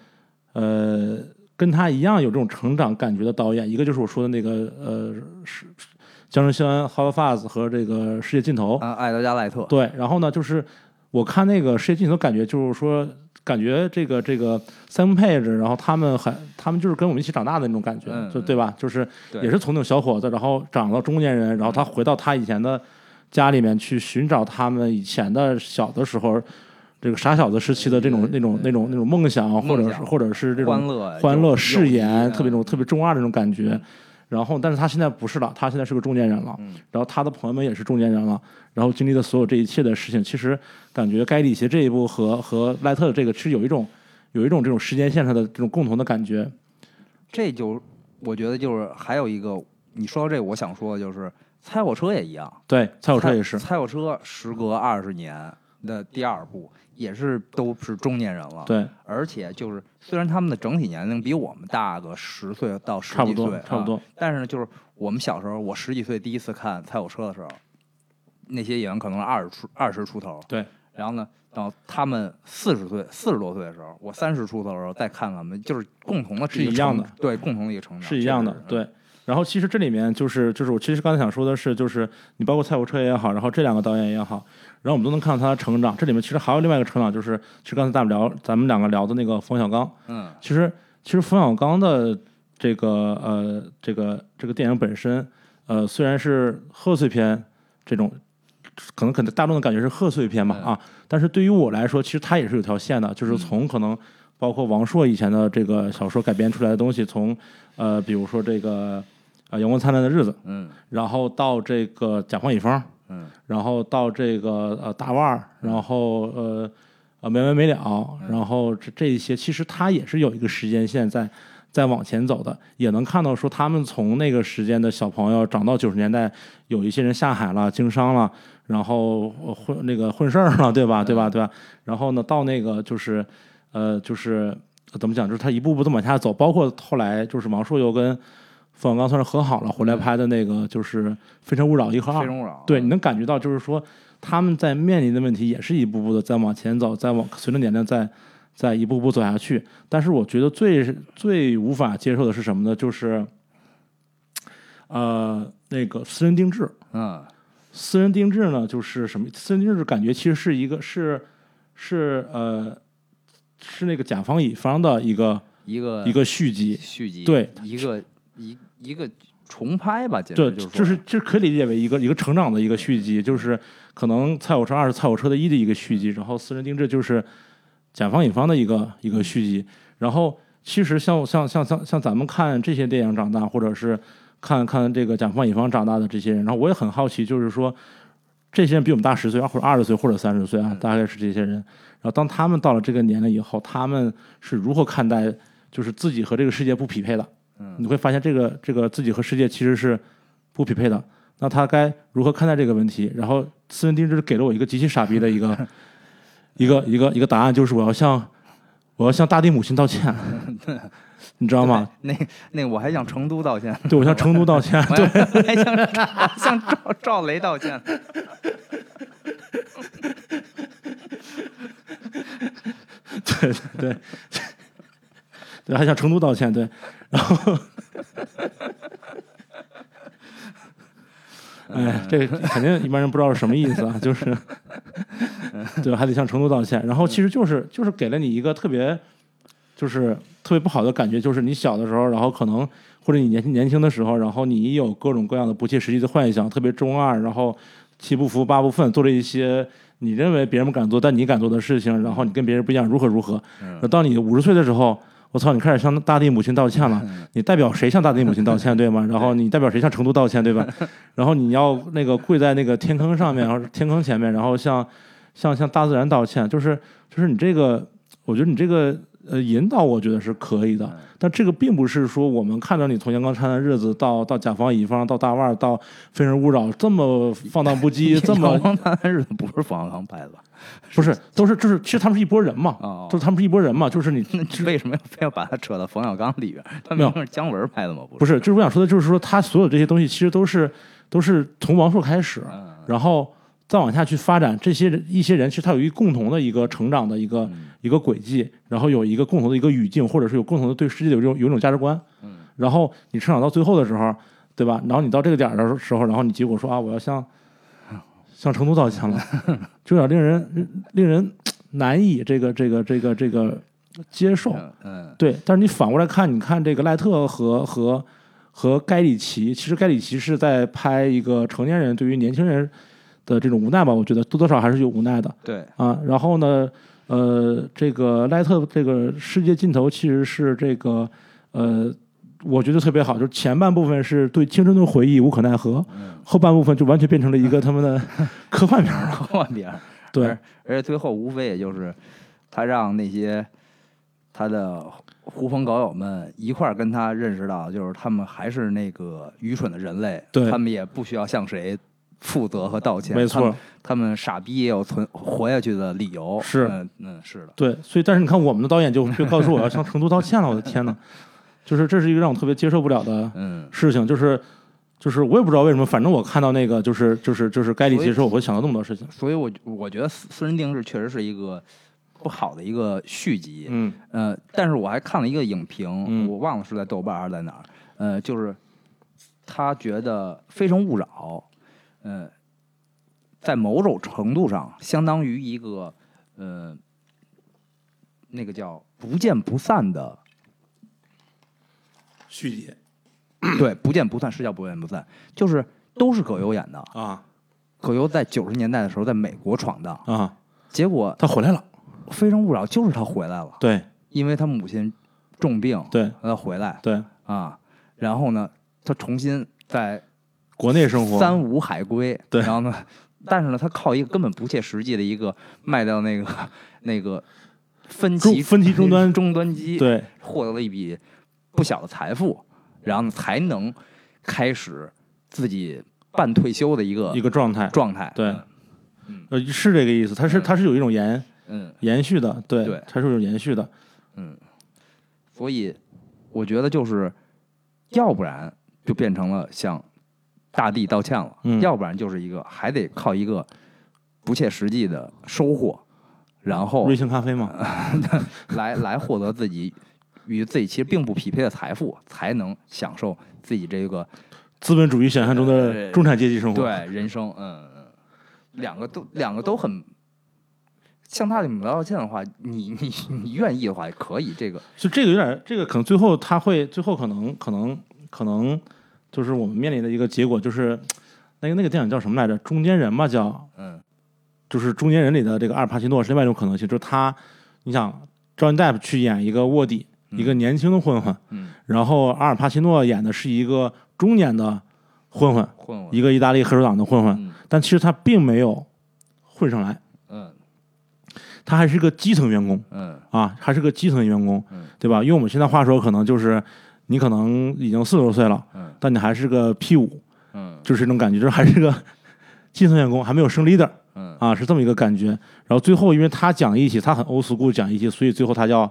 [SPEAKER 1] 呃跟他一样有这种成长感觉的导演，一个就是我说的那个呃是。是江辰肖恩、哈维·法子和这个世界尽头，
[SPEAKER 2] 啊，艾德加·赖特，
[SPEAKER 1] 对，然后呢，就是我看那个世界尽头，感觉就是说，感觉这个这个 Sam Page，然后他们还他们就是跟我们一起长大的那种感觉，
[SPEAKER 2] 嗯
[SPEAKER 1] 就对吧？就是
[SPEAKER 2] 对
[SPEAKER 1] 也是从那种小伙子，然后长到中年人，然后他回到他以前的家里面去寻找他们以前的小的时候。这个傻小子时期的这种、那种、那种、那种梦想，啊或者
[SPEAKER 2] 梦
[SPEAKER 1] 是
[SPEAKER 2] 想
[SPEAKER 1] 或者是这种
[SPEAKER 2] 欢乐
[SPEAKER 1] 欢
[SPEAKER 2] 友
[SPEAKER 1] 乐
[SPEAKER 2] 谊
[SPEAKER 1] 誓言，特别那
[SPEAKER 2] 嗯
[SPEAKER 1] 种特别中二的那种感觉。然后，但是他现在不是了，他现在是个中年人了。然后他的朋友们也是中年人了，然后经历的所有这一切的事情，其实感觉该里奇这一部和和赖特的这个是有一种有一种这种时间线上的这种共同的感觉。
[SPEAKER 2] 这就我觉得就是还有一个，你说到这，我想说的就是猜火车也一样。
[SPEAKER 1] 对，蔡
[SPEAKER 2] 火
[SPEAKER 1] 小车也是，
[SPEAKER 2] 猜火车时隔二十年的第二部，也是都是中年人了。，
[SPEAKER 1] 对，
[SPEAKER 2] 而且就是虽然他们的整体年龄比我们大个十岁到十
[SPEAKER 1] 差不
[SPEAKER 2] 几
[SPEAKER 1] 多
[SPEAKER 2] 岁，，
[SPEAKER 1] 差不多
[SPEAKER 2] 啊。。但是呢，就是我们小时候，我十几岁第一次看猜火车的时候，那些演员可能是二十出二十出头。
[SPEAKER 1] 对，
[SPEAKER 2] 然后呢，到他们四十岁、四十多岁的时候，我三十出头的时候再看他们，就是共同的
[SPEAKER 1] 是一样的，
[SPEAKER 2] 对，共同的一个成长
[SPEAKER 1] 是一样的
[SPEAKER 2] 确实，
[SPEAKER 1] 对。然后其实这里面就是就是我其实刚才想说的是，就是你包括蔡国车也好，然后这两个导演也好，然后我们都能看到他的成长。这里面其实还有另外一个成长，就是其实刚才咱们聊咱们两个聊的那个冯小刚，
[SPEAKER 2] 嗯
[SPEAKER 1] 其实其实冯小刚的这个呃这个这个电影本身，呃虽然是贺岁片这种，可能可能大众的感觉是贺岁片嘛、
[SPEAKER 2] 嗯
[SPEAKER 1] 啊，但是对于我来说，其实它也是有条线的，就是从可能包括王朔以前的这个小说改编出来的东西，从呃比如说这个呃阳光灿烂的日子，
[SPEAKER 2] 嗯
[SPEAKER 1] 然后到这个甲方乙方，
[SPEAKER 2] 嗯
[SPEAKER 1] 然后到这个呃大腕儿，然后呃呃没完
[SPEAKER 2] 嗯
[SPEAKER 1] 没了，然后这这一些其实它也是有一个时间线在在往前走的，也能看到说他们从那个时间的小朋友长到九十年代，有一些人下海了、经商了，然后呃混那个混事儿了，对
[SPEAKER 2] 嗯
[SPEAKER 1] 吧？对吧？对吧？然后呢，到那个就是呃就是呃怎么讲，就是他一步步的往下走，包括后来就是王朔又跟。冯小刚算是和好了，回来拍的那个就是《非诚勿扰》一和二，
[SPEAKER 2] 嗯非诚勿扰，
[SPEAKER 1] 啊对，你能感觉到，就是说他们在面临的问题也是一步步的在往前走，在往随着年龄在在一步步走下去。但是我觉得最最无法接受的是什么呢？就是呃，那个私人定制，
[SPEAKER 2] 嗯
[SPEAKER 1] 私人定制呢，就是什么？私人定制感觉其实是一个是是呃是那个甲方乙方的一个
[SPEAKER 2] 一个
[SPEAKER 1] 一个续集，
[SPEAKER 2] 续集，
[SPEAKER 1] 对，
[SPEAKER 2] 一个一一个重拍吧，简
[SPEAKER 1] 对，
[SPEAKER 2] 直
[SPEAKER 1] 这
[SPEAKER 2] 就是说
[SPEAKER 1] 这可以理解为一个一个成长的一个续集，就是可能菜火车二是菜火车的一的一个续集，然后私人定制就是甲方乙方的一个一个续集。然后其实像像像像像咱们看这些电影长大，或者是看看这个甲方乙方长大的这些人，然后我也很好奇，就是说这些人比我们大十岁啊，或者二十岁或者三十岁
[SPEAKER 2] 嗯
[SPEAKER 1] 啊，大概是这些人。然后当他们到了这个年龄以后，他们是如何看待就是自己和这个世界不匹配的？你会发现这个这个自己和世界其实是不匹配的。那他该如何看待这个问题？然后私人定制给了我一个极其傻逼的一个一个一个一个答案，就是我要向我要向大地母亲道歉，你知道吗？
[SPEAKER 2] <laughs> 那那我还向成都道歉，
[SPEAKER 1] 对，我向成都道歉。
[SPEAKER 2] 我
[SPEAKER 1] 对，
[SPEAKER 2] 还 <laughs> 我还向我还向赵赵雷道歉，
[SPEAKER 1] 对对对，对，还向成都道歉，对，然后，哎，这个肯定一般人不知道是什么意思啊，就是，对，还得向成都道歉，然后其实就是就是给了你一个特别，就是特别不好的感觉，就是你小的时候，然后可能或者你年轻年轻的时候，然后你有各种各样的不切实际的幻想，特别中二，然后七不服八不忿，做了一些你认为别人不敢做但你敢做的事情，然后你跟别人不一样，如何如何。那当你五十岁的时候，我操，你开始向大地母亲道歉了，你代表谁向大地母亲道歉，对吗？然后你代表谁向成都道歉，对吧？然后你要那个跪在那个天坑上面，然后天坑前面，然后向向向大自然道歉，就是就是你这个，我觉得你这个呃引导，我觉得是可以的，但这个并不是说我们看到你从阳光灿烂的日子到到甲方乙方到大腕儿到非诚勿扰这么放荡不羁， <laughs> 这么
[SPEAKER 2] 荒唐的日子不是冯小刚拍的吧？
[SPEAKER 1] 不是都是就是其实他们是一拨人嘛，
[SPEAKER 2] 哦
[SPEAKER 1] 就是他们是一拨人嘛，就是你
[SPEAKER 2] 那你为什么要非要把它扯到冯小刚里边？他
[SPEAKER 1] 没有
[SPEAKER 2] 明明是姜文拍的嘛，不
[SPEAKER 1] 不
[SPEAKER 2] 是？
[SPEAKER 1] 是，就是我想说的，就是说他所有这些东西其实都是都是从王朔开
[SPEAKER 2] 嗯
[SPEAKER 1] 始，然后再往下去发展，这些人一些人其实他有一个共同的一个成长的一个、
[SPEAKER 2] 嗯
[SPEAKER 1] 一个轨迹，然后有一个共同的一个语境，或者是有共同的对世界的有一种有一种价值观，
[SPEAKER 2] 嗯
[SPEAKER 1] 然后你成长到最后的时候，对吧？然后你到这个点儿的时候，然后你结果说啊，我要
[SPEAKER 2] <laughs>
[SPEAKER 1] 向向成都道歉了，就有点令人令人难以这个这个这个这个接受。
[SPEAKER 2] 嗯嗯
[SPEAKER 1] 对，但是你反过来看，你看这个赖特和和和盖里奇，其实盖里奇是在拍一个成年人对于年轻人的这种无奈吧，我觉得多多少少还是有无奈的
[SPEAKER 2] 对， <laughs>
[SPEAKER 1] 啊。然后呢，呃，这个赖特这个世界尽头其实是这个呃，我觉得特别好，就是前半部分是对青春的回忆无可奈何，后半部分就完全变成了一个他们的 <laughs> 科幻片
[SPEAKER 2] <laughs>
[SPEAKER 1] 儿了。
[SPEAKER 2] 换别人。
[SPEAKER 1] 对
[SPEAKER 2] 而，而且最后无非也就是他让那些他的狐朋狗友们一块儿跟他认识到，就是他们还是那个愚蠢的人类，
[SPEAKER 1] 对
[SPEAKER 2] 他们也不需要向谁负责和道歉，
[SPEAKER 1] 没
[SPEAKER 2] 他
[SPEAKER 1] 错
[SPEAKER 2] 们，，他们傻逼也有存活下去的理由，
[SPEAKER 1] 是
[SPEAKER 2] 嗯嗯是的，
[SPEAKER 1] 对，所以但是你看我们的导演 <laughs> 就就告诉我要向成都道歉了，我的天呐，就是这是一个让我特别接受不了的
[SPEAKER 2] 嗯，
[SPEAKER 1] 事情，就是就是我也不知道为什么，反正我看到那个就是就是就是该里奇的时候，我会想到那么多事情。
[SPEAKER 2] 所以我我觉得私私人定制确实是一个不好的一个续集，
[SPEAKER 1] 嗯
[SPEAKER 2] 呃，但是我还看了一个影评，
[SPEAKER 1] 嗯
[SPEAKER 2] 我忘了是在豆瓣还是在哪儿，呃，就是他觉得《非诚勿扰》，呃，在某种程度上相当于一个呃，那个叫不见不散的
[SPEAKER 1] 续集
[SPEAKER 2] 对，不见不散，是叫不见不散，就是都是葛优演的。
[SPEAKER 1] 啊
[SPEAKER 2] 葛优在九十年代的时候在美国闯荡，
[SPEAKER 1] 啊，
[SPEAKER 2] 结果
[SPEAKER 1] 他回来了，
[SPEAKER 2] 《非诚勿扰》就是他回来了，
[SPEAKER 1] 对
[SPEAKER 2] 因为他母亲重病，
[SPEAKER 1] 对
[SPEAKER 2] 他回来
[SPEAKER 1] 对，
[SPEAKER 2] 啊，然后呢，他重新在
[SPEAKER 1] 国内生活
[SPEAKER 2] 三五海归，
[SPEAKER 1] 对
[SPEAKER 2] 然后呢，但是呢，他靠一个根本不切实际的一个卖掉那个那个分歧
[SPEAKER 1] 中分歧终
[SPEAKER 2] <laughs>
[SPEAKER 1] 端
[SPEAKER 2] 终端机，
[SPEAKER 1] 对
[SPEAKER 2] 获得了一笔不小的财富，然后呢才能开始自己半退休的一个
[SPEAKER 1] 一个状态，
[SPEAKER 2] 状态，
[SPEAKER 1] 对
[SPEAKER 2] 嗯，
[SPEAKER 1] 呃是这个意思，它是
[SPEAKER 2] 嗯
[SPEAKER 1] 它是有一种延
[SPEAKER 2] 嗯，
[SPEAKER 1] 延续的，对
[SPEAKER 2] 对
[SPEAKER 1] 它是有延续的，
[SPEAKER 2] 所以我觉得就是，要不然就变成了向大地道歉了，
[SPEAKER 1] 嗯
[SPEAKER 2] 要不然就是一个还得靠一个不切实际的收获，然后
[SPEAKER 1] 瑞幸咖啡嘛，
[SPEAKER 2] 来来获得自己与自己其实并不匹配的财富，才能享受自己这个
[SPEAKER 1] 资本主义想象中的
[SPEAKER 2] 对
[SPEAKER 1] 中产阶级生活，
[SPEAKER 2] 对人生，嗯，嗯，两个都两个都很。向大地母道歉的话，你你你愿意的话也可以，这个
[SPEAKER 1] 所以这个有点，这个可能最后他会，最后可能可能可能就是我们面临的一个结果，就是那个那个电影叫什么来着？中间人吧，叫
[SPEAKER 2] 嗯
[SPEAKER 1] 就是中间人里的这个阿尔帕西诺是另外一种可能性，就是他，你想 John Depp 去演一个卧底，
[SPEAKER 2] 嗯
[SPEAKER 1] 一个年轻的混混，
[SPEAKER 2] 嗯
[SPEAKER 1] 然后阿尔帕西诺演的是一个中年的混混，
[SPEAKER 2] 混混
[SPEAKER 1] 一个意大利黑手党的混混，
[SPEAKER 2] 嗯
[SPEAKER 1] 但其实他并没有混上来，
[SPEAKER 2] 嗯
[SPEAKER 1] 他还是个基层员工。
[SPEAKER 2] 嗯
[SPEAKER 1] 啊，还是个基层员工
[SPEAKER 2] 嗯，
[SPEAKER 1] 对吧？用我们现在话说，可能就是你可能已经四十多岁了，
[SPEAKER 2] 嗯
[SPEAKER 1] 但你还是个 P 五，
[SPEAKER 2] 嗯
[SPEAKER 1] 就是那种感觉，就是还是个基层员工，还没有升 leader
[SPEAKER 2] 嗯
[SPEAKER 1] 啊，是这么一个感觉。然后最后，因为他讲义气，他很 old school 讲义气，所以最后他要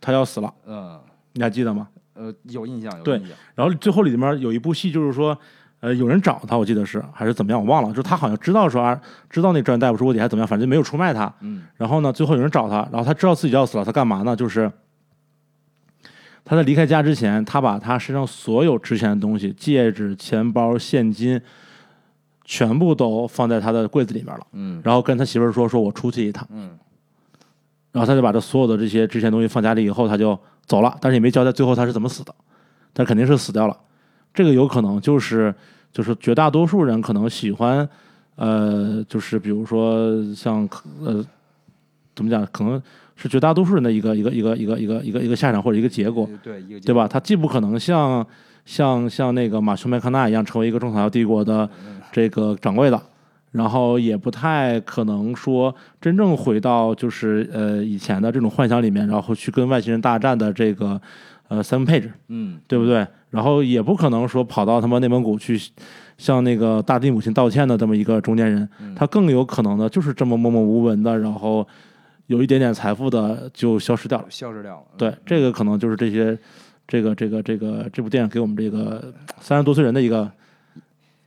[SPEAKER 1] 他要死了，
[SPEAKER 2] 嗯
[SPEAKER 1] 你还记得吗？
[SPEAKER 2] 呃，有印象，有
[SPEAKER 1] 对
[SPEAKER 2] 印象。
[SPEAKER 1] 然后最后里面有一部戏，就是说。呃，有人找他，我记得是还是怎么样，我忘了。就是他好像知道说啊，知道那专业大夫是卧底还是怎么样，反正没有出卖他。
[SPEAKER 2] 嗯
[SPEAKER 1] 然后呢，最后有人找他，然后他知道自己要死了，他干嘛呢？就是他在离开家之前，他把他身上所有值钱的东西，戒指、钱包、现金，全部都放在他的柜子里面了。
[SPEAKER 2] 嗯
[SPEAKER 1] 然后跟他媳妇儿说：“说我出去一趟。
[SPEAKER 2] 嗯”
[SPEAKER 1] 然后他就把这所有的这些值钱东西放家里以后，他就走了，但是也没交代最后他是怎么死的，但肯定是死掉了。这个有可能就是就是绝大多数人可能喜欢，呃，就是比如说像呃，怎么讲，可能是绝大多数人的一个一个一个一个一个一个一个下场或者一个结果，
[SPEAKER 2] 对对一个
[SPEAKER 1] 对吧？他既不可能像像像那个马修麦康纳一样成为一个种草药帝国的这个掌柜的，然后也不太可能说真正回到就是呃以前的这种幻想里面，然后去跟外星人大战的这个呃 Sam Page，
[SPEAKER 2] 嗯
[SPEAKER 1] 对不对？然后也不可能说跑到他妈内蒙古去向那个大地母亲道歉的这么一个中间人，他更有可能的就是这么默默无闻的，然后有一点点财富的就消失掉了。
[SPEAKER 2] 消失掉了。
[SPEAKER 1] 对，这个可能就是这些，这个这个这个这部电影给我们这个三十多岁人的一个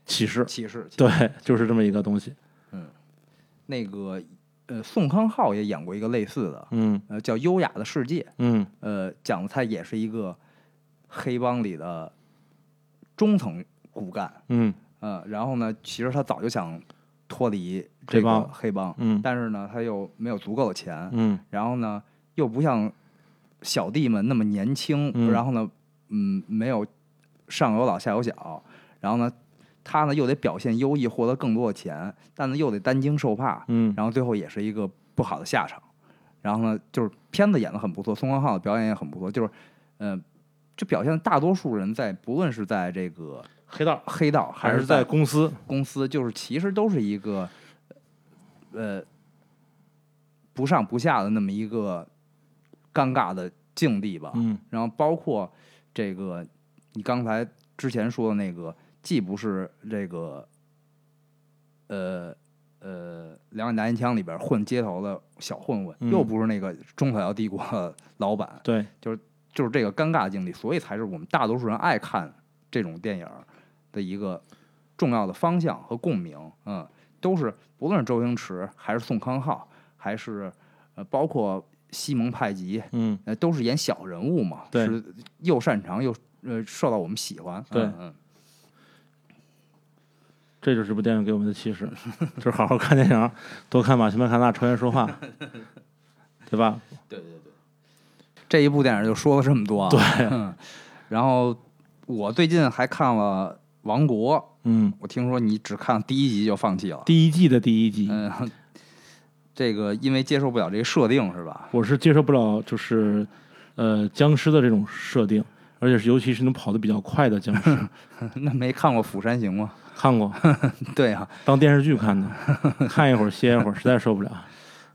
[SPEAKER 1] 启示，
[SPEAKER 2] 启示
[SPEAKER 1] 对，就是这么一个东西。
[SPEAKER 2] 那个呃，宋康昊也演过一个类似的，
[SPEAKER 1] 嗯
[SPEAKER 2] 呃，叫《优雅的世界》，
[SPEAKER 1] 嗯
[SPEAKER 2] 呃，讲的他也是一个黑帮里的中层骨干，
[SPEAKER 1] 嗯
[SPEAKER 2] 呃，然后呢，其实他早就想脱离
[SPEAKER 1] 黑
[SPEAKER 2] 这个
[SPEAKER 1] 帮
[SPEAKER 2] 黑帮，
[SPEAKER 1] 嗯
[SPEAKER 2] 但是呢，他又没有足够的钱，
[SPEAKER 1] 嗯
[SPEAKER 2] 然后呢，又不像小弟们那么年轻，
[SPEAKER 1] 嗯
[SPEAKER 2] 然后呢，嗯，没有上有老下有小，然后呢，他呢又得表现优异，获得更多的钱，但呢又得担惊受怕，
[SPEAKER 1] 嗯
[SPEAKER 2] 然后最后也是一个不好的下场。然后呢，就是片子演的很不错，宋康昊的表演也很不错，就是，嗯、就表现大多数人在不论是在这个
[SPEAKER 1] 黑道
[SPEAKER 2] 黑道
[SPEAKER 1] 还
[SPEAKER 2] 还
[SPEAKER 1] 是
[SPEAKER 2] 是
[SPEAKER 1] 在
[SPEAKER 2] 在
[SPEAKER 1] 公司，
[SPEAKER 2] 公司，就是其实都是一个，呃，不上不下的那么一个尴尬的境地吧。
[SPEAKER 1] 嗯
[SPEAKER 2] 然后包括这个你刚才之前说的那个，既不是这个，呃呃，《两眼大烟枪》里边混街头的小混混，
[SPEAKER 1] 嗯
[SPEAKER 2] 又不是那个中草药帝国的老板，
[SPEAKER 1] 对，
[SPEAKER 2] 就是这个尴尬的境地，所以才是我们大多数人爱看这种电影儿的一个重要的方向和共鸣。嗯，都是不论是周星驰还是宋康昊，还是呃包括西蒙派吉，
[SPEAKER 1] 嗯
[SPEAKER 2] 呃都是演小人物嘛，
[SPEAKER 1] 对
[SPEAKER 2] 是又擅长又呃受到我们喜欢。
[SPEAKER 1] 对
[SPEAKER 2] 嗯嗯
[SPEAKER 1] 这就是这部电影给我们的启示， <laughs> 就是好好看电影，多看马修麦康纳抽烟说话， <laughs> 对吧？
[SPEAKER 2] 这一部电影就说了这么多啊。
[SPEAKER 1] 对
[SPEAKER 2] 嗯，然后我最近还看了《王国》，
[SPEAKER 1] 嗯，
[SPEAKER 2] 我听说你只看第一集就放弃了。
[SPEAKER 1] 第一季的第一集，
[SPEAKER 2] 嗯， <laughs> 这个因为接受不了这个设定是吧？ <laughs>
[SPEAKER 1] 我是接受不了，就是呃僵尸的这种设定，而且是尤其是能跑得比较快的僵 <laughs> 尸，
[SPEAKER 2] 那没看过《釜山行》吗？ <laughs>
[SPEAKER 1] 看过
[SPEAKER 2] 对啊，
[SPEAKER 1] 当电视剧看的， <laughs> 看一会儿歇一会儿，实在受不了。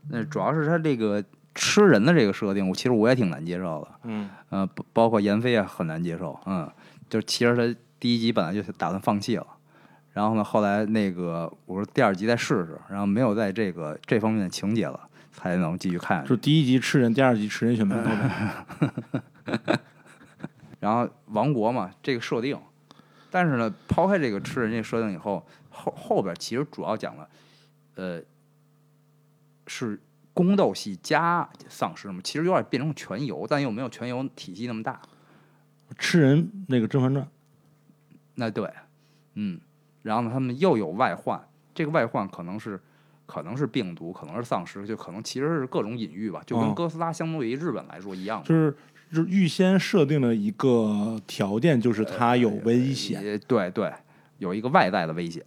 [SPEAKER 2] 那主要是它这个吃人的这个设定，我其实我也挺难接受的。
[SPEAKER 1] 嗯，
[SPEAKER 2] 呃，包包括闫飞也很难接受，嗯，就是其实他第一集本来就打算放弃了，然后呢，后来那个我说第二集再试试，然后没有在这个这方面的情节了，才能继续看。
[SPEAKER 1] 就第一集吃人，第二集吃人血馒头呗。
[SPEAKER 2] 然后王国嘛，这个设定，但是呢，抛开这个吃人这个设定以后，后后边其实主要讲了，呃，是宫斗戏加丧尸嘛，其实有点变成全游，但又没有全游体积那么大。
[SPEAKER 1] 吃人那个《甄嬛传》，
[SPEAKER 2] 那对，嗯，然后呢，他们又有外患，这个外患可能是可能是病毒，可能是丧尸，就可能其实是各种隐喻吧，就
[SPEAKER 1] 哦
[SPEAKER 2] 跟哥斯拉相对于日本来说一样嘛。
[SPEAKER 1] 就是就是预先设定了一个条件，就是它有危险。
[SPEAKER 2] 也呃对对，有一个外在的危险，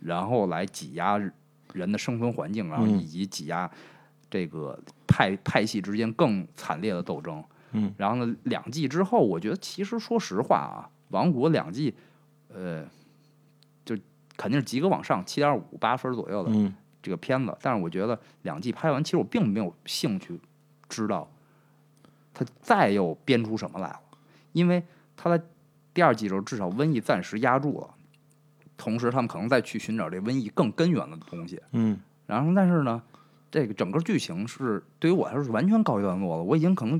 [SPEAKER 2] 然后来挤压人的生存环境，然后
[SPEAKER 1] 嗯
[SPEAKER 2] 以及挤压这个派派系之间更惨烈的斗争。
[SPEAKER 1] 嗯，
[SPEAKER 2] 然后呢，两季之后，我觉得其实说实话啊，王国两季，呃，就肯定是及格往上，七点五八分左右的
[SPEAKER 1] 嗯，
[SPEAKER 2] 这个片子。但是我觉得两季拍完，其实我并没有兴趣知道他再又编出什么来了，因为他在第二季的时候至少瘟疫暂时压住了，同时他们可能再去寻找这瘟疫更根源的东西。
[SPEAKER 1] 嗯，
[SPEAKER 2] 然后但是呢，这个整个剧情是对于我来说是完全告一段落了。我已经可能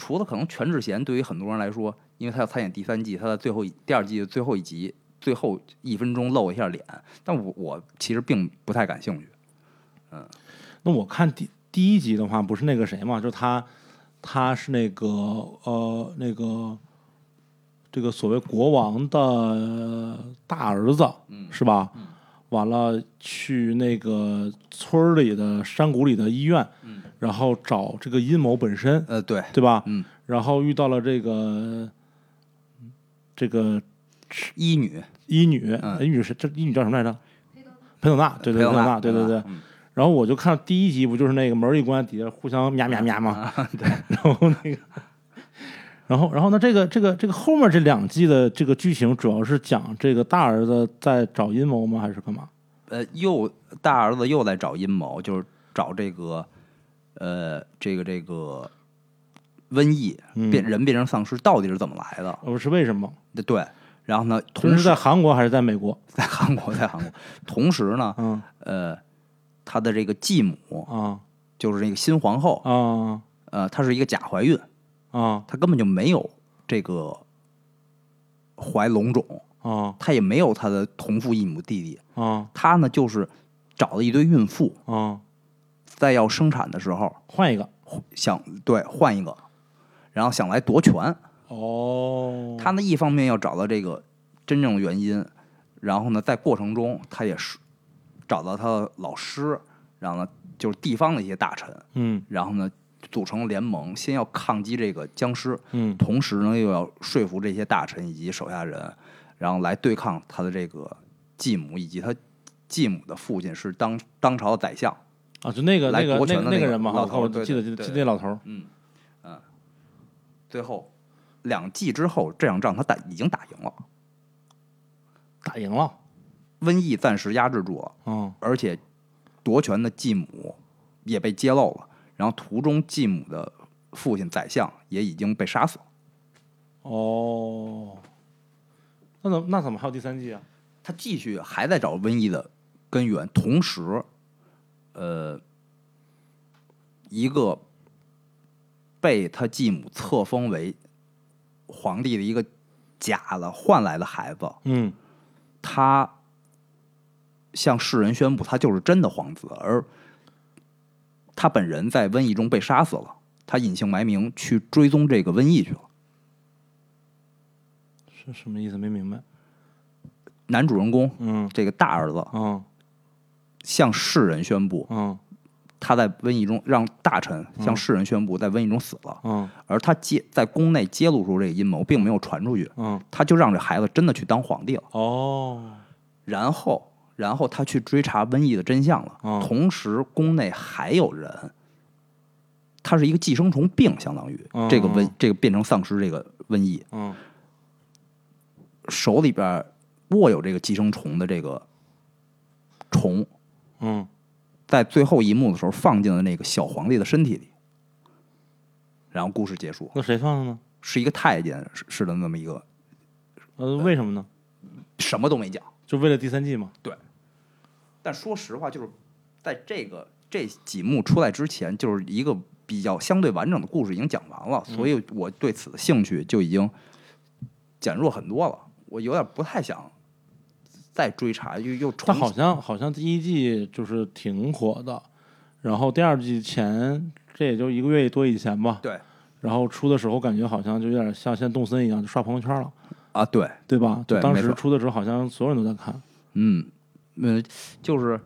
[SPEAKER 2] 除了可能全智贤，对于很多人来说，因为他要参演第三季，他在最后一第二季的最后一集最后一分钟露一下脸，但我我其实并不太感兴趣。
[SPEAKER 1] 那我看第第一集的话，不是那个谁嘛，就是他，他是那个呃那个这个所谓国王的大儿子，是吧？完了去那个村儿里的山谷里的医院，然后找这个阴谋本身，
[SPEAKER 2] 呃，对，
[SPEAKER 1] 对吧？
[SPEAKER 2] 嗯
[SPEAKER 1] 然后遇到了这个这个
[SPEAKER 2] 医女
[SPEAKER 1] 医女，哎
[SPEAKER 2] 嗯
[SPEAKER 1] 医女是这医女叫什么来着？裴斗娜，对对，
[SPEAKER 2] 裴
[SPEAKER 1] 裴
[SPEAKER 2] 斗
[SPEAKER 1] 斗
[SPEAKER 2] 娜
[SPEAKER 1] 娜，对对对
[SPEAKER 2] 嗯。
[SPEAKER 1] 然后我就看第一集，不就是那个门一关，底下互
[SPEAKER 2] 嗯
[SPEAKER 1] 相喵喵喵嘛，
[SPEAKER 2] 啊
[SPEAKER 1] 对。 <laughs> 然后那个，然后然后呢，这个这个这个后面这两季的这个剧情主要是讲这个大儿子在找阴谋吗？还是干嘛？
[SPEAKER 2] 呃，又大儿子又在找阴谋，就是找这个，呃，这个这个瘟疫
[SPEAKER 1] 嗯
[SPEAKER 2] 变人变成丧尸到底是怎么来的？
[SPEAKER 1] 呃，是为什么？
[SPEAKER 2] 对对，然后呢，同
[SPEAKER 1] 这
[SPEAKER 2] 时 <laughs>
[SPEAKER 1] 是在韩国还是在美国？
[SPEAKER 2] 在韩国，在韩国，同时呢，
[SPEAKER 1] 嗯
[SPEAKER 2] 呃，他的这个继母
[SPEAKER 1] 啊
[SPEAKER 2] 就是那个新皇后，
[SPEAKER 1] 啊
[SPEAKER 2] 呃，她是一个假怀孕，
[SPEAKER 1] 啊
[SPEAKER 2] 她根本就没有这个怀龙种，
[SPEAKER 1] 啊
[SPEAKER 2] 她也没有她的同父异母弟弟，
[SPEAKER 1] 啊
[SPEAKER 2] 她呢就是找了一堆孕妇，
[SPEAKER 1] 啊！
[SPEAKER 2] 在要生产的时候
[SPEAKER 1] 换一个
[SPEAKER 2] 想对换一个，然后想来夺权。
[SPEAKER 1] 哦，
[SPEAKER 2] 她呢一方面要找到这个真正的原因，然后呢在过程中她也是找到她的老师，然后呢就是地方的一些大臣，
[SPEAKER 1] 嗯
[SPEAKER 2] 然后呢组成联盟，先要抗击这个僵尸，
[SPEAKER 1] 嗯
[SPEAKER 2] 同时呢又要说服这些大臣以及手下人，然后来对抗他的这个继母以及他继母的父亲是当当朝的宰相。
[SPEAKER 1] 啊，就那个
[SPEAKER 2] 来
[SPEAKER 1] 那个
[SPEAKER 2] 夺
[SPEAKER 1] 那
[SPEAKER 2] 权的
[SPEAKER 1] 个那
[SPEAKER 2] 那个
[SPEAKER 1] 个人嘛，
[SPEAKER 2] 老头儿
[SPEAKER 1] 我
[SPEAKER 2] 对
[SPEAKER 1] 记得
[SPEAKER 2] 对
[SPEAKER 1] 记
[SPEAKER 2] 对
[SPEAKER 1] 得
[SPEAKER 2] 对
[SPEAKER 1] 那老头儿
[SPEAKER 2] 嗯，嗯，最后两季之后，这场仗他打已经打赢了，
[SPEAKER 1] 打赢了。
[SPEAKER 2] 瘟疫暂时压制住了，
[SPEAKER 1] 嗯
[SPEAKER 2] 而且夺权的继母也被揭露了，然后途中继母的父亲宰相也已经被杀死了。
[SPEAKER 1] 哦，那怎么那怎么还有第三季啊？
[SPEAKER 2] 他继续还在找瘟疫的根源，同时，呃，一个被他继母册封为皇帝的一个假的换来的孩子，
[SPEAKER 1] 嗯
[SPEAKER 2] 他向世人宣布他就是真的皇子，而他本人在瘟疫中被杀死了，他隐姓埋名去追踪这个瘟疫去了。
[SPEAKER 1] 是什么意思？没明白。
[SPEAKER 2] 男主人公
[SPEAKER 1] 嗯
[SPEAKER 2] 这个大儿子
[SPEAKER 1] 嗯
[SPEAKER 2] 向世人宣布，
[SPEAKER 1] 嗯
[SPEAKER 2] 他在瘟疫中让大臣向世人宣布在瘟疫中死了，
[SPEAKER 1] 嗯
[SPEAKER 2] 而他揭在宫内揭露出这个阴谋，并没有传出去，
[SPEAKER 1] 嗯，
[SPEAKER 2] 他就让这孩子真的去当皇帝了。
[SPEAKER 1] 哦，
[SPEAKER 2] 然后，然后他去追查瘟疫的真相了。
[SPEAKER 1] 嗯
[SPEAKER 2] 同时，宫内还有人，他是一个寄生虫病，相当于、
[SPEAKER 1] 嗯
[SPEAKER 2] 这个瘟
[SPEAKER 1] 嗯，
[SPEAKER 2] 这个变成丧尸这个瘟疫，
[SPEAKER 1] 嗯
[SPEAKER 2] 手里边握有这个寄生虫的这个虫，
[SPEAKER 1] 嗯，
[SPEAKER 2] 在最后一幕的时候放进了那个小皇帝的身体里。然后故事结束，
[SPEAKER 1] 那谁放的呢？
[SPEAKER 2] 是一个太监似似的那么一个，
[SPEAKER 1] 呃，为什么呢？
[SPEAKER 2] 什么都没讲。
[SPEAKER 1] 呃就为了第三季嘛。
[SPEAKER 2] 但说实话，就是在这个这几幕出来之前，就是一个比较相对完整的故事已经讲完了，所以我对此的兴趣就已经减弱很多了。我有点不太想再追查，又又重
[SPEAKER 1] 但好像好像第一季就是挺火的，然后第二季前这也就一个月多以前吧。
[SPEAKER 2] 对
[SPEAKER 1] 然后出的时候感觉好像就有点像现在动森一样，就刷朋友圈了，
[SPEAKER 2] 啊，对，
[SPEAKER 1] 对吧？
[SPEAKER 2] 对
[SPEAKER 1] 就当
[SPEAKER 2] 没
[SPEAKER 1] 时
[SPEAKER 2] 错
[SPEAKER 1] 出的时候好像所有人都在看。
[SPEAKER 2] 嗯嗯，就是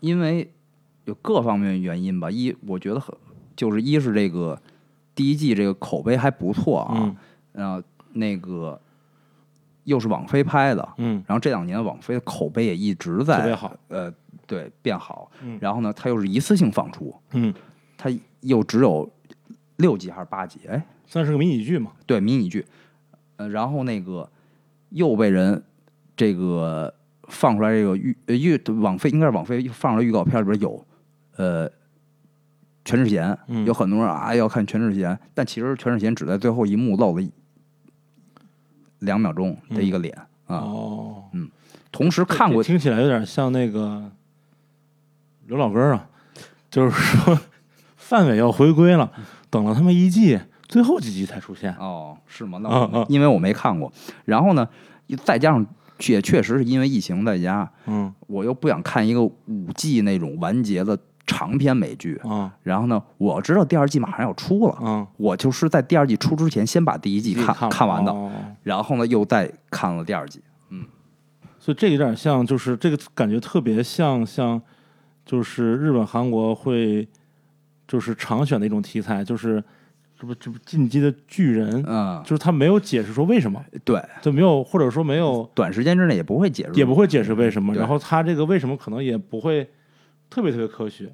[SPEAKER 2] 因为有各方面原因吧。一，我觉得很就是一是这个第一季这个口碑还不错啊，
[SPEAKER 1] 嗯
[SPEAKER 2] 然后那个又是网飞拍的，
[SPEAKER 1] 嗯
[SPEAKER 2] 然后这两年网飞的口碑也一直在
[SPEAKER 1] 特别好，
[SPEAKER 2] 呃，对，变好。
[SPEAKER 1] 嗯
[SPEAKER 2] 然后呢，它又是一次性放出，
[SPEAKER 1] 嗯，
[SPEAKER 2] 它又只有六集还是八集？哎，
[SPEAKER 1] 算是个迷你剧嘛。
[SPEAKER 2] 对，迷你剧。呃，然后那个又被人这个放出来这个预呃预网飞应该是网飞放出来预告片里边有呃全智贤，
[SPEAKER 1] 嗯
[SPEAKER 2] 有很多人啊要看全智贤，但其实全智贤只在最后一幕露了一两秒钟的一个脸。啊，
[SPEAKER 1] 嗯哦，
[SPEAKER 2] 同时看过
[SPEAKER 1] 听起来有点像那个刘老根儿啊，就是说范伟要回归了，等了他们一季，最后几集才出现。
[SPEAKER 2] 哦，是吗？那
[SPEAKER 1] 啊
[SPEAKER 2] 我没、
[SPEAKER 1] 啊
[SPEAKER 2] 因为我没看过。然后呢，再加上也确实是因为疫情在家，
[SPEAKER 1] 嗯
[SPEAKER 2] 我又不想看一个五季那种完结的长篇美剧。
[SPEAKER 1] 啊
[SPEAKER 2] 然后呢，我知道第二季马上要出了，
[SPEAKER 1] 嗯，
[SPEAKER 2] 我就是在第二季出之前先把第一季
[SPEAKER 1] 一季
[SPEAKER 2] 看看完的，
[SPEAKER 1] 哦
[SPEAKER 2] 然后呢又再看了第二季。
[SPEAKER 1] 所以这有点像，就是这个感觉特别像像，就是日本、韩国会就是常选的一种题材，就是这不这不进击的巨人，
[SPEAKER 2] 嗯，
[SPEAKER 1] 就是他没有解释说为什么，
[SPEAKER 2] 对，
[SPEAKER 1] 就没有或者说没有
[SPEAKER 2] 短时间之内也不会解释，
[SPEAKER 1] 也不会解释为什么。
[SPEAKER 2] 对
[SPEAKER 1] 然后他这个为什么可能也不会特别特别科学，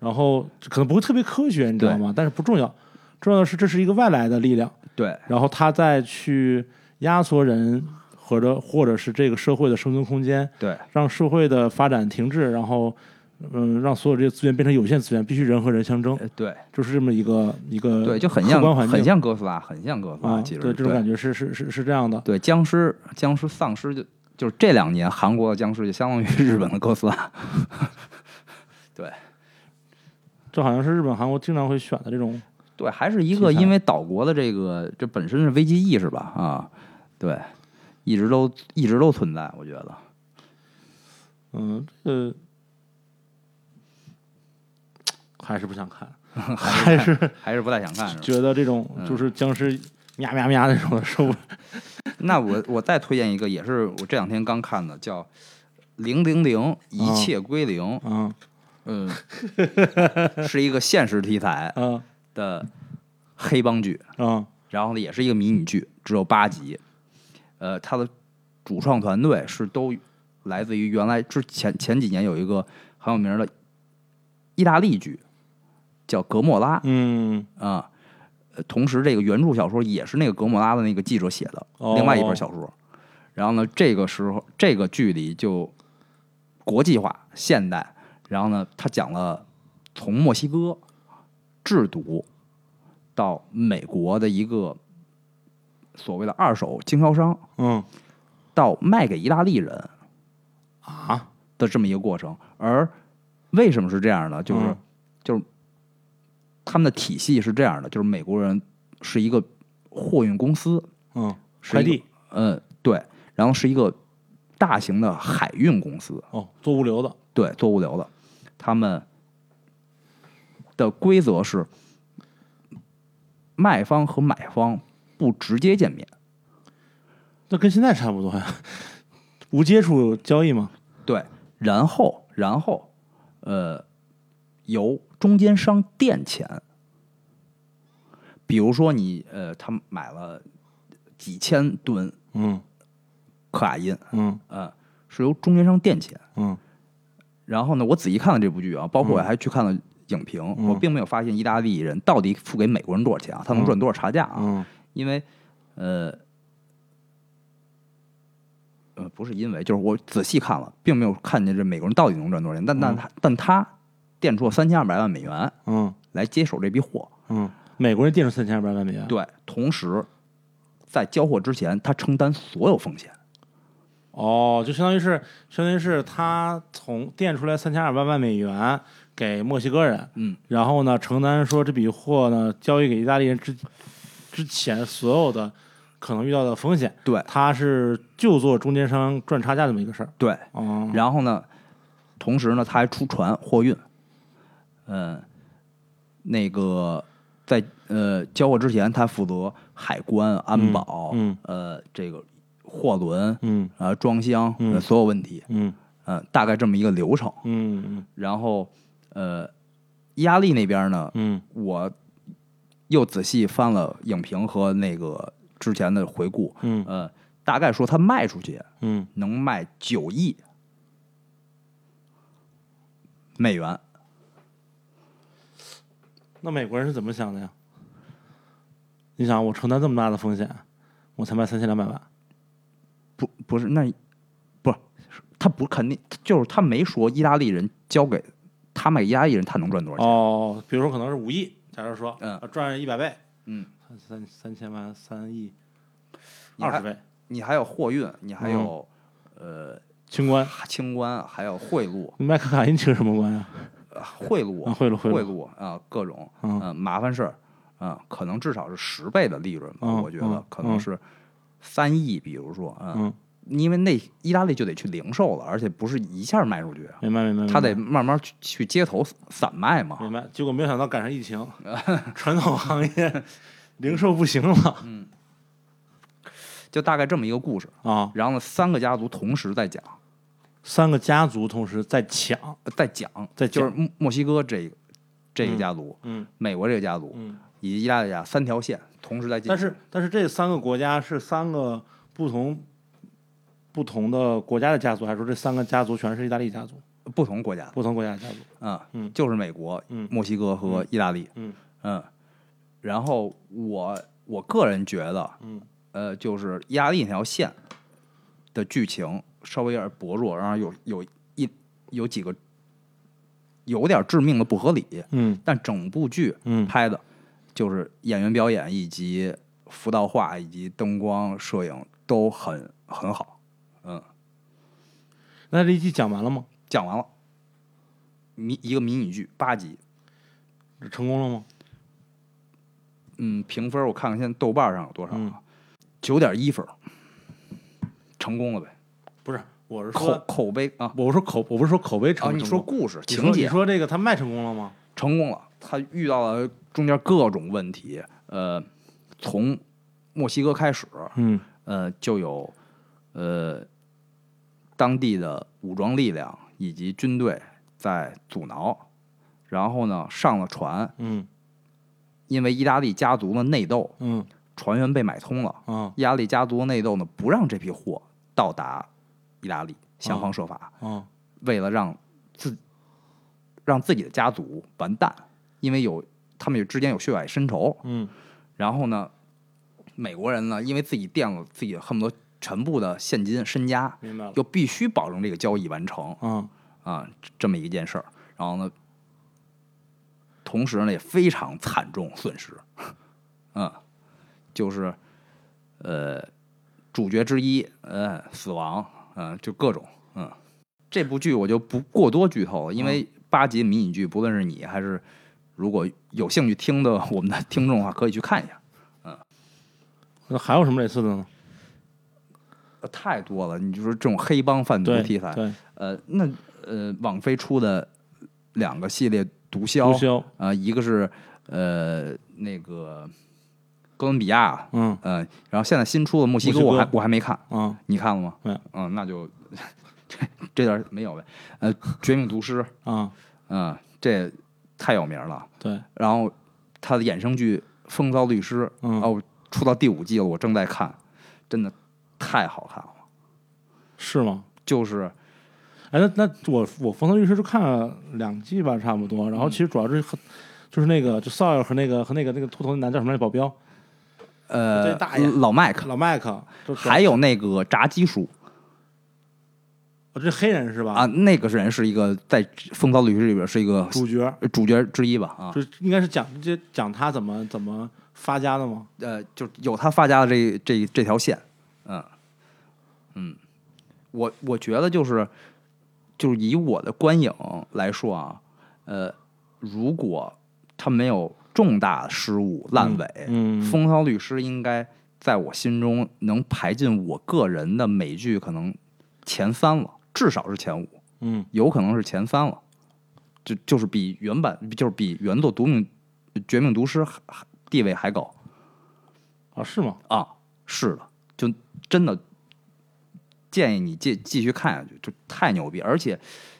[SPEAKER 1] 然后可能不会特别科学，你知道吗？但是不重要，重要的是这是一个外来的力量，
[SPEAKER 2] 对
[SPEAKER 1] 然后他再去压缩人或者或者是这个社会的生存空间，
[SPEAKER 2] 对
[SPEAKER 1] 让社会的发展停滞，然后嗯，让所有这些资源变成有限资源，必须人和人相争，
[SPEAKER 2] 呃对
[SPEAKER 1] 就是这么一个一个
[SPEAKER 2] 对，就很
[SPEAKER 1] 呃客观环
[SPEAKER 2] 像
[SPEAKER 1] 境
[SPEAKER 2] 很像哥斯拉，很像哥斯
[SPEAKER 1] 啊，
[SPEAKER 2] 拉，其实
[SPEAKER 1] 对这种感觉是是是是这样的，
[SPEAKER 2] 对，僵尸、僵尸、丧尸就就是这两年韩国的僵尸就相当于 <laughs> 日本的哥斯拉。
[SPEAKER 1] 这好像是日本、韩国经常会选的这种
[SPEAKER 2] 对，还是一个
[SPEAKER 1] 题材
[SPEAKER 2] 因为岛国的这个这本身是危机意识吧啊，对，一直都一直都存在，我觉得。
[SPEAKER 1] 嗯，这个还是不
[SPEAKER 2] <laughs>
[SPEAKER 1] 想看，
[SPEAKER 2] 还是嗯还是不太想看，是吧？
[SPEAKER 1] 觉得这种就是僵尸喵喵喵那种的
[SPEAKER 2] <laughs>
[SPEAKER 1] 受不了。
[SPEAKER 2] 那我我再推荐一个，也是我这两天刚看的，叫《零零零一切归零》，
[SPEAKER 1] 嗯
[SPEAKER 2] 嗯，是一个现实题材
[SPEAKER 1] 嗯
[SPEAKER 2] 的黑帮剧，
[SPEAKER 1] 嗯
[SPEAKER 2] 然后呢，也是一个迷你剧，只有八集。呃，它的主创团队是都来自于原来之前前几年有一个很有名的意大利剧，叫《格莫拉》
[SPEAKER 1] 嗯，
[SPEAKER 2] 啊、呃同时，这个原著小说也是那个格莫拉的那个记者写的，
[SPEAKER 1] 哦
[SPEAKER 2] 另外一本小说。然后呢，这个时候这个剧里就国际化、现代，然后呢，他讲了从墨西哥制毒到美国的一个所谓的二手经销商，
[SPEAKER 1] 嗯
[SPEAKER 2] 到卖给意大利人
[SPEAKER 1] 啊
[SPEAKER 2] 的这么一个过程。而为什么是这样呢？就是、
[SPEAKER 1] 嗯
[SPEAKER 2] 就是他们的体系是这样的，就是美国人是一个货运公司，
[SPEAKER 1] 嗯，
[SPEAKER 2] 是
[SPEAKER 1] 快
[SPEAKER 2] 一个
[SPEAKER 1] 递
[SPEAKER 2] 嗯，对，然后是一个大型的海运公司，
[SPEAKER 1] 哦，做物流的，
[SPEAKER 2] 对，做物流的，他们的规则是卖方和买方不直接见面，
[SPEAKER 1] 那跟现在差不多呀， <laughs> 无接触交易嘛。
[SPEAKER 2] 对，然后然后呃，由中间商垫钱。比如说你呃，他买了几千吨
[SPEAKER 1] 嗯
[SPEAKER 2] 可卡因，
[SPEAKER 1] 嗯
[SPEAKER 2] 呃，是由中间商垫钱。
[SPEAKER 1] 嗯
[SPEAKER 2] 然后呢，我仔细看了这部剧啊，包括我还去看了影评，
[SPEAKER 1] 嗯
[SPEAKER 2] 我并没有发现意大利人到底付给美国人多少钱啊，他能赚多少差价啊？
[SPEAKER 1] 嗯
[SPEAKER 2] 因为呃呃，不是因为，就是我仔细看了，并没有看见这美国人到底能赚多少钱，但但他但他垫出三千二百万美元
[SPEAKER 1] 嗯
[SPEAKER 2] 来接手这批货，
[SPEAKER 1] 嗯，美国人垫出三千二百万美元，
[SPEAKER 2] 对，同时在交货之前，他承担所有风险。
[SPEAKER 1] 哦，就相当于是相当于是他从垫出来三千二百万美元给墨西哥人，
[SPEAKER 2] 嗯，
[SPEAKER 1] 然后呢承担说这笔货呢交易给意大利人之之前所有的可能遇到的风险，
[SPEAKER 2] 对
[SPEAKER 1] 他是就做中间商赚差价这么一个事儿。
[SPEAKER 2] 对，
[SPEAKER 1] 哦，
[SPEAKER 2] 然后呢，同时呢，他还出船货运，嗯，那个在呃交货之前，他负责海关、安保，
[SPEAKER 1] 嗯
[SPEAKER 2] 呃，这个货轮，
[SPEAKER 1] 嗯
[SPEAKER 2] 呃，装箱，
[SPEAKER 1] 嗯
[SPEAKER 2] 呃所有问题，
[SPEAKER 1] 嗯
[SPEAKER 2] 嗯、大概这么一个流程。
[SPEAKER 1] 嗯嗯
[SPEAKER 2] 然后，呃，意大利那边呢，
[SPEAKER 1] 嗯
[SPEAKER 2] 我又仔细翻了影评和那个之前的回顾，
[SPEAKER 1] 嗯
[SPEAKER 2] 呃，大概说他卖出去，
[SPEAKER 1] 嗯，
[SPEAKER 2] 能卖九亿美元。
[SPEAKER 1] 那美国人是怎么想的呀？你想，我承担这么大的风险，我才卖三千两百万。
[SPEAKER 2] 不，不是那，不是他不肯定，就是他没说意大利人交给他卖给意大利人，他能赚多少钱？
[SPEAKER 1] 哦，比如说可能是五亿，假如说，
[SPEAKER 2] 嗯，
[SPEAKER 1] 赚一百倍，
[SPEAKER 2] 嗯，
[SPEAKER 1] 三三千万三亿，
[SPEAKER 2] 你
[SPEAKER 1] 二
[SPEAKER 2] 还
[SPEAKER 1] 十嗯倍，
[SPEAKER 2] 你还有货运，你还有、
[SPEAKER 1] 清官，
[SPEAKER 2] 清关，还有贿赂，
[SPEAKER 1] 你卖可卡因清什么官啊呀？
[SPEAKER 2] 呃贿赂
[SPEAKER 1] 啊，，贿赂
[SPEAKER 2] 贿
[SPEAKER 1] 贿赂，
[SPEAKER 2] 赂啊，各种
[SPEAKER 1] 嗯
[SPEAKER 2] 呃麻烦事儿啊，可能至少是十倍的利润吧，
[SPEAKER 1] 嗯
[SPEAKER 2] 我觉得
[SPEAKER 1] 嗯
[SPEAKER 2] 可能
[SPEAKER 1] 嗯
[SPEAKER 2] 是三亿，比如说啊，
[SPEAKER 1] 嗯，
[SPEAKER 2] 因为那意大利就得去零售了，而且不是一下卖出去，
[SPEAKER 1] 明白明白，明白
[SPEAKER 2] 他得慢慢去去街头散散卖嘛。
[SPEAKER 1] 明白。结果没有想到赶上疫情， <laughs> 传统行业零售不行了
[SPEAKER 2] 就大概这么一个故事。
[SPEAKER 1] 啊，
[SPEAKER 2] 然后呢，三个家族同时在讲，
[SPEAKER 1] 三个家族同时在抢，
[SPEAKER 2] 呃在讲，
[SPEAKER 1] 在
[SPEAKER 2] 就是
[SPEAKER 1] 讲
[SPEAKER 2] 墨墨西哥这个这个家族、
[SPEAKER 1] 嗯
[SPEAKER 2] 美国这个家族、
[SPEAKER 1] 嗯，
[SPEAKER 2] 以及意大利家三条线同时在进行。
[SPEAKER 1] 但是但是这三个国家是三个不同。不同的国家的家族，还是说这三个家族全是意大利家族？
[SPEAKER 2] 不同国家
[SPEAKER 1] 不同国家的家族，
[SPEAKER 2] 啊、
[SPEAKER 1] 嗯
[SPEAKER 2] 就是美国、
[SPEAKER 1] 嗯
[SPEAKER 2] 墨西哥和意大利。
[SPEAKER 1] 嗯
[SPEAKER 2] 然后我我个人觉得，
[SPEAKER 1] 嗯，
[SPEAKER 2] 呃，就是意大利那条线的剧情稍微有点薄弱，然后有有一有几个有点致命的不合理。
[SPEAKER 1] 嗯
[SPEAKER 2] 但整部剧
[SPEAKER 1] 嗯
[SPEAKER 2] 拍的，就是演员表演以及服道化以及灯光摄影都很很好。嗯，
[SPEAKER 1] 那这一季讲完了吗？
[SPEAKER 2] 讲完了，迷一个迷你剧八集，
[SPEAKER 1] 成功了吗？
[SPEAKER 2] 嗯，评分我看看现在豆瓣上有多少
[SPEAKER 1] 嗯
[SPEAKER 2] 啊，九点一分，成功了呗，
[SPEAKER 1] 不是，我是
[SPEAKER 2] 口
[SPEAKER 1] 说，
[SPEAKER 2] 口碑啊。
[SPEAKER 1] 我是说口，我不是说口碑成
[SPEAKER 2] 啊，
[SPEAKER 1] 不
[SPEAKER 2] 你
[SPEAKER 1] 成
[SPEAKER 2] 说
[SPEAKER 1] 功，
[SPEAKER 2] 故事
[SPEAKER 1] 你
[SPEAKER 2] 情
[SPEAKER 1] 你
[SPEAKER 2] 节
[SPEAKER 1] 说这个他卖成功了吗？
[SPEAKER 2] 成功了，他遇到了中间各种问题，呃，从墨西哥开始，
[SPEAKER 1] 嗯
[SPEAKER 2] 呃，就有呃当地的武装力量以及军队在阻挠，然后呢上了船，
[SPEAKER 1] 嗯
[SPEAKER 2] 因为意大利家族的内斗，
[SPEAKER 1] 嗯
[SPEAKER 2] 船员被买通了，
[SPEAKER 1] 啊
[SPEAKER 2] 意大利家族的内斗呢不让这批货到达意大利，想方设法，
[SPEAKER 1] 啊
[SPEAKER 2] 为了让自让自己的家族完蛋，因为有他们有之间有血海深仇，
[SPEAKER 1] 嗯
[SPEAKER 2] 然后呢，美国人呢，因为自己垫了自己恨不得全部的现金身家，
[SPEAKER 1] 明白了
[SPEAKER 2] 又必须保证这个交易完成
[SPEAKER 1] 啊
[SPEAKER 2] 啊，这么一件事儿。然后呢，同时呢也非常惨重损失，嗯，就是呃，主角之一呃死亡，嗯、就各种嗯。这部剧我就不过多剧透了，因为八集迷你剧，不论是你还是如果有兴趣听的 <laughs> 我们的听众的话，可以去看一下。
[SPEAKER 1] 那还有什么类似的呢？
[SPEAKER 2] 呃，太多了。你就说这种黑帮贩毒
[SPEAKER 1] 对
[SPEAKER 2] 题材，
[SPEAKER 1] 对，
[SPEAKER 2] 呃，那呃，网飞出的两个系列毒枭，
[SPEAKER 1] 毒枭，
[SPEAKER 2] 啊、一个是呃那个哥伦比亚，
[SPEAKER 1] 嗯
[SPEAKER 2] 呃，然后现在新出的墨西哥，
[SPEAKER 1] 墨西哥
[SPEAKER 2] 我还我还没看，
[SPEAKER 1] 啊
[SPEAKER 2] 你看了吗？
[SPEAKER 1] 没有
[SPEAKER 2] 嗯，那就这这点儿没有呗。呃，《绝命毒师》
[SPEAKER 1] 啊
[SPEAKER 2] 嗯、这太有名了。
[SPEAKER 1] 对，
[SPEAKER 2] 然后他的衍生剧《风骚律师》
[SPEAKER 1] 嗯，
[SPEAKER 2] 哦，出到第五季了，我正在看，真的太好看了。
[SPEAKER 1] 是吗？
[SPEAKER 2] 就是
[SPEAKER 1] 哎，那那我我《风骚律师》就看了两季吧，差不多。然后其实主要是很，就是那个就 Sawyer 和那个和那个那个秃头男叫什么来着？保镖
[SPEAKER 2] 呃
[SPEAKER 1] 这大爷，
[SPEAKER 2] 老麦克，
[SPEAKER 1] 老麦克，就主要
[SPEAKER 2] 还有那个炸鸡叔
[SPEAKER 1] 哦这黑人是吧？
[SPEAKER 2] 啊，，那个人是一个在《风骚律师》里边是一个
[SPEAKER 1] 主角
[SPEAKER 2] 主角之一吧啊，
[SPEAKER 1] 就应该是讲这讲他怎么怎么发家的吗？
[SPEAKER 2] 呃，就有他发家的这这这条线，嗯嗯，我我觉得就是就是以我的观影来说啊，呃，如果他没有重大失误烂尾，
[SPEAKER 1] 嗯，
[SPEAKER 2] 风骚律师》应该在我心中能排进我个人的美剧可能前三了，至少是前五，
[SPEAKER 1] 嗯，
[SPEAKER 2] 有可能是前三了，就就是比原版就是比原作《毒命绝命毒师》还还地位还高。
[SPEAKER 1] 啊，是吗？
[SPEAKER 2] 啊，是的，就真的建议你继继续看下去，就太牛逼，而且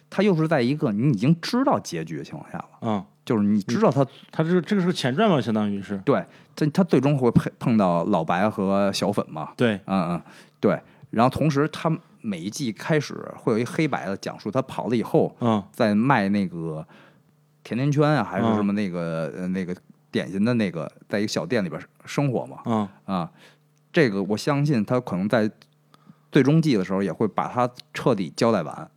[SPEAKER 2] 它又是在一个你已经知道结局的情况下了，
[SPEAKER 1] 嗯，
[SPEAKER 2] 就是你知道他
[SPEAKER 1] 他这个这个是个前传嘛，相当于是
[SPEAKER 2] 对他他最终会碰碰到老白和小粉嘛，
[SPEAKER 1] 对，
[SPEAKER 2] 嗯嗯，对，然后同时他每一季开始会有一黑白的讲述他跑了以后
[SPEAKER 1] 嗯
[SPEAKER 2] 再卖那个甜甜圈啊，还是
[SPEAKER 1] 嗯
[SPEAKER 2] 什么那个、呃那个点心的那个，在一个小店里边生活嘛，
[SPEAKER 1] 嗯
[SPEAKER 2] 啊，这个我相信他可能在最终季的时候也会把它彻底交代完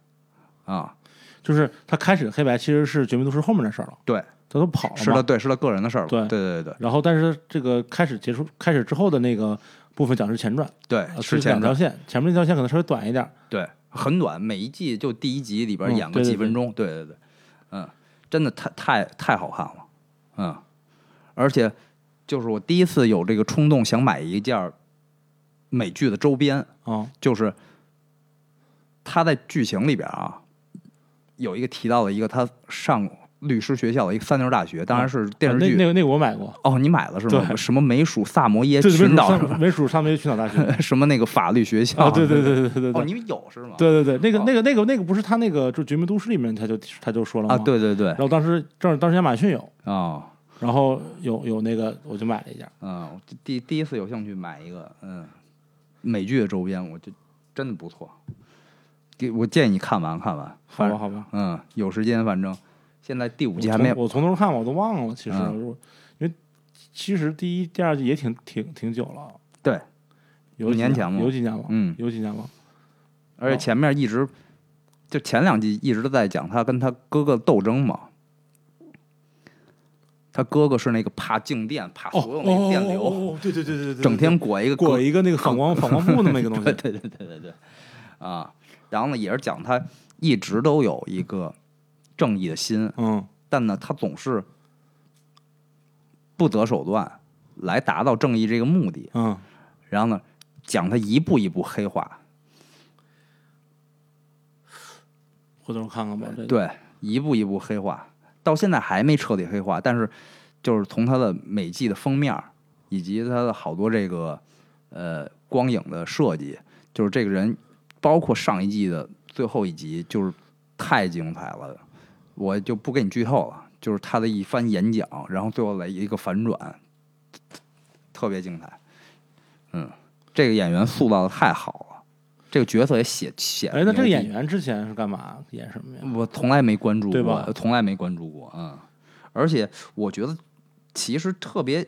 [SPEAKER 2] 啊。
[SPEAKER 1] 就是他开始的黑白其实是《绝命毒师》后面的事儿了，
[SPEAKER 2] 对，
[SPEAKER 1] 他都跑了嘛
[SPEAKER 2] 是他，对，是他个人的事儿了。
[SPEAKER 1] 对呃
[SPEAKER 2] 对对对
[SPEAKER 1] 然后但是这个开始结束开始之后的那个部分讲的是前传，
[SPEAKER 2] 对
[SPEAKER 1] 啊
[SPEAKER 2] 对，
[SPEAKER 1] 是
[SPEAKER 2] 是
[SPEAKER 1] 两
[SPEAKER 2] 前
[SPEAKER 1] 条
[SPEAKER 2] 的，
[SPEAKER 1] 线，前面那条线可能稍微短一点儿，
[SPEAKER 2] 对，很短，每一季就第一集里边
[SPEAKER 1] 嗯
[SPEAKER 2] 演个
[SPEAKER 1] 对对
[SPEAKER 2] 几分钟。对对对，嗯，真的太太太好看了，嗯，而且就是我第一次有这个冲动想买一件儿美剧的周边，
[SPEAKER 1] 啊，
[SPEAKER 2] 就是他在剧情里边啊，有一个提到了一个他上律师学校的一个三流大学，当然是电视
[SPEAKER 1] 啊那那
[SPEAKER 2] 剧。
[SPEAKER 1] 个那个我买过，
[SPEAKER 2] 哦，你买了是吗？
[SPEAKER 1] 对
[SPEAKER 2] 什么美属萨摩耶
[SPEAKER 1] 对，
[SPEAKER 2] 哎群
[SPEAKER 1] 美属
[SPEAKER 2] 岛什么
[SPEAKER 1] 上美属上面群岛大
[SPEAKER 2] <laughs>
[SPEAKER 1] 学
[SPEAKER 2] 什么那个法律学校
[SPEAKER 1] 啊，对对对对对对
[SPEAKER 2] 哦，
[SPEAKER 1] 对。
[SPEAKER 2] 你们有是吗？
[SPEAKER 1] 对对对，那个
[SPEAKER 2] 哦
[SPEAKER 1] 那个那个那个不是他那个，就《绝命毒师》里面他就他就说了吗？
[SPEAKER 2] 啊，。对对对
[SPEAKER 1] 然，后当时正当时亚马逊有，
[SPEAKER 2] 哦，
[SPEAKER 1] 然后有有那个我就买了一件儿，
[SPEAKER 2] 嗯，我第第一次有兴趣买一个嗯美剧的周边，我就真的不错。给我建议你看完看完，
[SPEAKER 1] 好
[SPEAKER 2] 反
[SPEAKER 1] 吧
[SPEAKER 2] 正
[SPEAKER 1] 好吧。
[SPEAKER 2] 嗯，有时间反正现在第五
[SPEAKER 1] 我
[SPEAKER 2] 季还没有
[SPEAKER 1] 从我从头看我都忘了，其实、
[SPEAKER 2] 嗯
[SPEAKER 1] 我因为其实第一、第二季也挺挺挺久了，
[SPEAKER 2] 对，
[SPEAKER 1] 有
[SPEAKER 2] 五
[SPEAKER 1] 几
[SPEAKER 2] 年前嘛
[SPEAKER 1] 有几年了，
[SPEAKER 2] 嗯
[SPEAKER 1] 有几年了，
[SPEAKER 2] 而且前面一直就前两季一直都在讲他跟他哥哥斗争嘛。他哥哥是那个怕静电，怕
[SPEAKER 1] 哦
[SPEAKER 2] 所有那个电流，
[SPEAKER 1] 哦哦哦哦对对对对对对，
[SPEAKER 2] 整天裹一个
[SPEAKER 1] 裹
[SPEAKER 2] 一
[SPEAKER 1] 一个那个反光反光布那么一个东西，
[SPEAKER 2] <laughs> 对对对对对对，啊，然后呢也是讲他一直都有一个正义的心，
[SPEAKER 1] 嗯
[SPEAKER 2] 但呢他总是不择手段来达到正义这个目的，
[SPEAKER 1] 嗯，
[SPEAKER 2] 然后呢讲他一步一步黑化，
[SPEAKER 1] 回头看看吧，这个
[SPEAKER 2] 对，一步一步黑化，到现在还没彻底黑化，但是就是从它的每季的封面儿以及它的好多这个呃光影的设计，就是这个人，包括上一季的最后一集，就是太精彩了，我就不给你剧透了，就是他的一番演讲，然后最后来一个反转，特别精彩，嗯，这个演员塑造的太好了。这个角色也写写，
[SPEAKER 1] 哎，那这个演员之前是干嘛演什么呀？
[SPEAKER 2] 我从来没关注
[SPEAKER 1] 对
[SPEAKER 2] 过呃
[SPEAKER 1] 吧，
[SPEAKER 2] 从来没关注过，嗯。而且我觉得，其实特别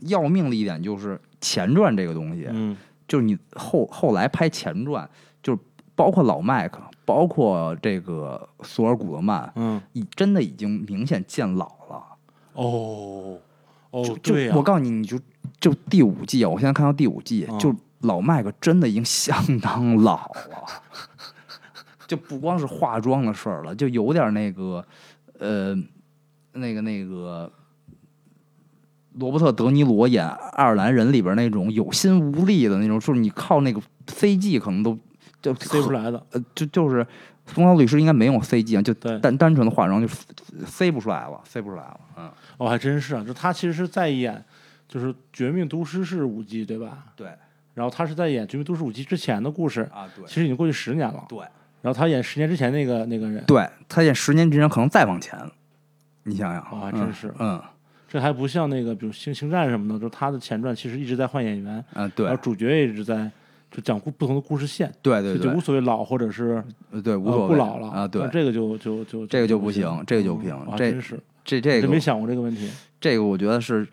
[SPEAKER 2] 要命的一点就是前传这个东西，
[SPEAKER 1] 嗯，
[SPEAKER 2] 就是你后后来拍前传，就是包括老麦克，包括这个索尔古德曼，
[SPEAKER 1] 嗯
[SPEAKER 2] 已真的已经明显见老了。
[SPEAKER 1] 哦
[SPEAKER 2] 就
[SPEAKER 1] 哦，
[SPEAKER 2] 就
[SPEAKER 1] 对呀、
[SPEAKER 2] 我告诉你，你就就第五季啊，我现在看到第五季，
[SPEAKER 1] 嗯
[SPEAKER 2] 就老麦克真的已经相当老了， <laughs> 就不光是化妆的事儿了，就有点那个呃，那个那个罗伯特·德尼罗演爱尔兰人里边那种有心无力的那种，就是你靠那个 CG 可能都就
[SPEAKER 1] 塞不出来的，
[SPEAKER 2] 呃，就就是《风骚律师》应该没有 CG 啊，就
[SPEAKER 1] 对
[SPEAKER 2] 单单纯的化妆就塞不出来了，塞不出来了，嗯。
[SPEAKER 1] 哦，还真是啊，就他其实是在演，就是《绝命毒师》是五季对吧？
[SPEAKER 2] 对
[SPEAKER 1] 然后他是在演《绝命毒师》五季之前的故事，
[SPEAKER 2] 啊，对
[SPEAKER 1] 其实已经过去十年了。
[SPEAKER 2] 对
[SPEAKER 1] 然后他演十年之前那个那个人，
[SPEAKER 2] 对，他演十年之前可能再往前，你想想
[SPEAKER 1] 啊
[SPEAKER 2] 嗯
[SPEAKER 1] 真是
[SPEAKER 2] 嗯
[SPEAKER 1] 这还不像那个，比如星《星战》什么的，就是他的前传其实一直在换演员，
[SPEAKER 2] 啊，
[SPEAKER 1] 然
[SPEAKER 2] 对
[SPEAKER 1] 后主角也一直在就讲故不同的故事线，
[SPEAKER 2] 对对
[SPEAKER 1] 所以就
[SPEAKER 2] 对
[SPEAKER 1] 无所谓老或者是
[SPEAKER 2] 呃对，无
[SPEAKER 1] 呃
[SPEAKER 2] 所
[SPEAKER 1] 不
[SPEAKER 2] 谓
[SPEAKER 1] 老了
[SPEAKER 2] 啊，对
[SPEAKER 1] 那，这个就就就
[SPEAKER 2] 这个就不行，这个就不行
[SPEAKER 1] 啊，，
[SPEAKER 2] 这
[SPEAKER 1] 真是
[SPEAKER 2] 这这
[SPEAKER 1] 真没
[SPEAKER 2] 个
[SPEAKER 1] 想过这个问题，
[SPEAKER 2] 这个我觉得是，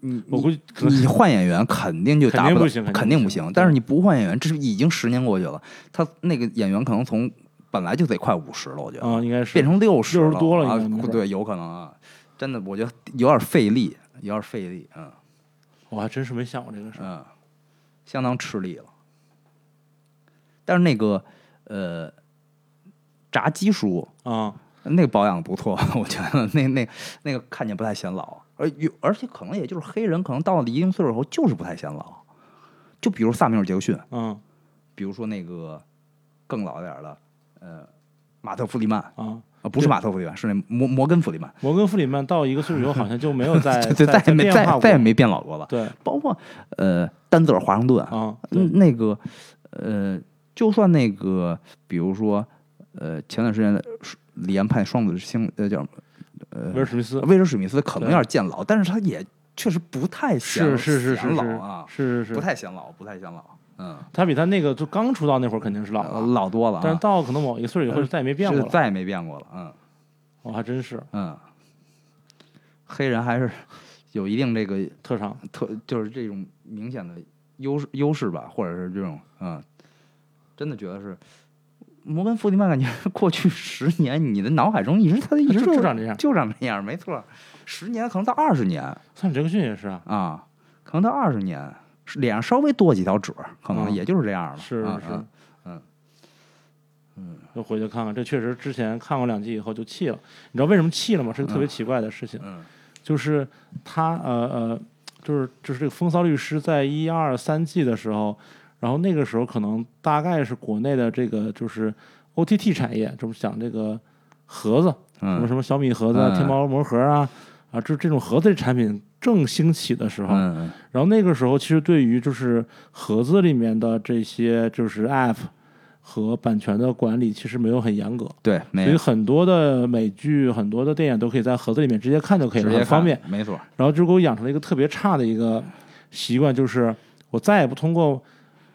[SPEAKER 2] 你
[SPEAKER 1] 我
[SPEAKER 2] 你
[SPEAKER 1] 估计可能
[SPEAKER 2] 你换演员肯定就达
[SPEAKER 1] 肯定
[SPEAKER 2] 不
[SPEAKER 1] 不
[SPEAKER 2] 到，
[SPEAKER 1] 行肯定
[SPEAKER 2] 肯定
[SPEAKER 1] 不
[SPEAKER 2] 不
[SPEAKER 1] 行
[SPEAKER 2] 行。但是
[SPEAKER 1] 对
[SPEAKER 2] 你不换演员，这是已经十年过去了，他那个演员可能从本来就得快五十了，我觉得、
[SPEAKER 1] 啊，应该是
[SPEAKER 2] 嗯变成六十
[SPEAKER 1] 60多了
[SPEAKER 2] 啊
[SPEAKER 1] 应该没，准
[SPEAKER 2] 对，有可能啊，真的，我觉得有点费力，有点费力，嗯
[SPEAKER 1] 我还真是没想过这个事儿。
[SPEAKER 2] 嗯，相当吃力了。但是那个呃，炸鸡叔，
[SPEAKER 1] 啊，
[SPEAKER 2] 那个保养得不错， <laughs> 我觉得那那那个看见不太显老，而有而且可能也就是黑人，可能到了一定岁数后就是不太显老。就比如萨米尔·杰克逊，
[SPEAKER 1] 嗯
[SPEAKER 2] 比如说那个更老一点儿的，呃，马特·弗里曼啊、
[SPEAKER 1] 啊，
[SPEAKER 2] 不是马特·弗里曼，是那摩摩根·弗里曼，
[SPEAKER 1] 摩根·弗里曼到一个岁数以后，好像就没有
[SPEAKER 2] <laughs>
[SPEAKER 1] 再
[SPEAKER 2] 就再
[SPEAKER 1] 再
[SPEAKER 2] 也没
[SPEAKER 1] 变化
[SPEAKER 2] 再
[SPEAKER 1] 过
[SPEAKER 2] 再也没变老过了。
[SPEAKER 1] 对
[SPEAKER 2] 包括呃，丹泽尔·华盛顿，
[SPEAKER 1] 啊，对
[SPEAKER 2] 嗯，那个呃，就算那个，比如说呃，前段时间的李安拍《双子星》，呃，叫什么？呃，
[SPEAKER 1] 威尔史密斯
[SPEAKER 2] 威尔史密斯可能有点见老，但是他也确实不太显
[SPEAKER 1] 是是是是
[SPEAKER 2] 显
[SPEAKER 1] 是
[SPEAKER 2] 老啊，
[SPEAKER 1] 是是
[SPEAKER 2] 不
[SPEAKER 1] 是，
[SPEAKER 2] 太显老，不太显老，嗯，
[SPEAKER 1] 他比他那个就刚出道那会儿肯定是老
[SPEAKER 2] 呃
[SPEAKER 1] 了，
[SPEAKER 2] 老多了
[SPEAKER 1] 但是
[SPEAKER 2] 啊，
[SPEAKER 1] 到可能某一个岁数以后就再也没变过
[SPEAKER 2] 是
[SPEAKER 1] 了，
[SPEAKER 2] 再也没变过了，嗯
[SPEAKER 1] 我还真是
[SPEAKER 2] 嗯，黑人还是有一定这个
[SPEAKER 1] 特长。
[SPEAKER 2] 特，就是这种明显的优势优势吧，或者是这种嗯，真的觉得是。摩根·弗里曼感觉 <laughs> 过去十年，你的脑海中一直他一
[SPEAKER 1] 他
[SPEAKER 2] 直
[SPEAKER 1] 就
[SPEAKER 2] 就
[SPEAKER 1] 就长这样
[SPEAKER 2] 就长这样，没错。十年可能到二十年，
[SPEAKER 1] 萨姆杰克逊也是啊，
[SPEAKER 2] 啊，可能到二十年，是脸上稍微多几条褶儿，可能
[SPEAKER 1] 嗯
[SPEAKER 2] 也就是这样了。
[SPEAKER 1] 是
[SPEAKER 2] 啊啊
[SPEAKER 1] 是，嗯嗯，就回去看看，这确实之前看过两集以后就气了。你知道为什么气了吗？是个特别奇怪的事情，
[SPEAKER 2] 嗯
[SPEAKER 1] 就是他呃呃，就是就是这个风骚律师在一二三季的时候，然后那个时候可能大概是国内的这个就是 OTT 产业，就是讲这个盒子，什么
[SPEAKER 2] 嗯
[SPEAKER 1] 什么小米盒子、啊、
[SPEAKER 2] 嗯
[SPEAKER 1] 天猫魔盒啊啊，这这种盒子产品正兴起的时候，
[SPEAKER 2] 嗯
[SPEAKER 1] 然后那个时候，其实对于就是盒子里面的这些就是 App 和版权的管理，其实没有很严格，
[SPEAKER 2] 对，
[SPEAKER 1] 所
[SPEAKER 2] 没
[SPEAKER 1] 以很多的美剧、很多的电影都可以在盒子里面直接看就可以
[SPEAKER 2] 直
[SPEAKER 1] 了，
[SPEAKER 2] 接
[SPEAKER 1] 很方
[SPEAKER 2] 看
[SPEAKER 1] 便。，
[SPEAKER 2] 没错儿。
[SPEAKER 1] 然后就给我养成了一个特别差的一个习惯，就是我再也不通过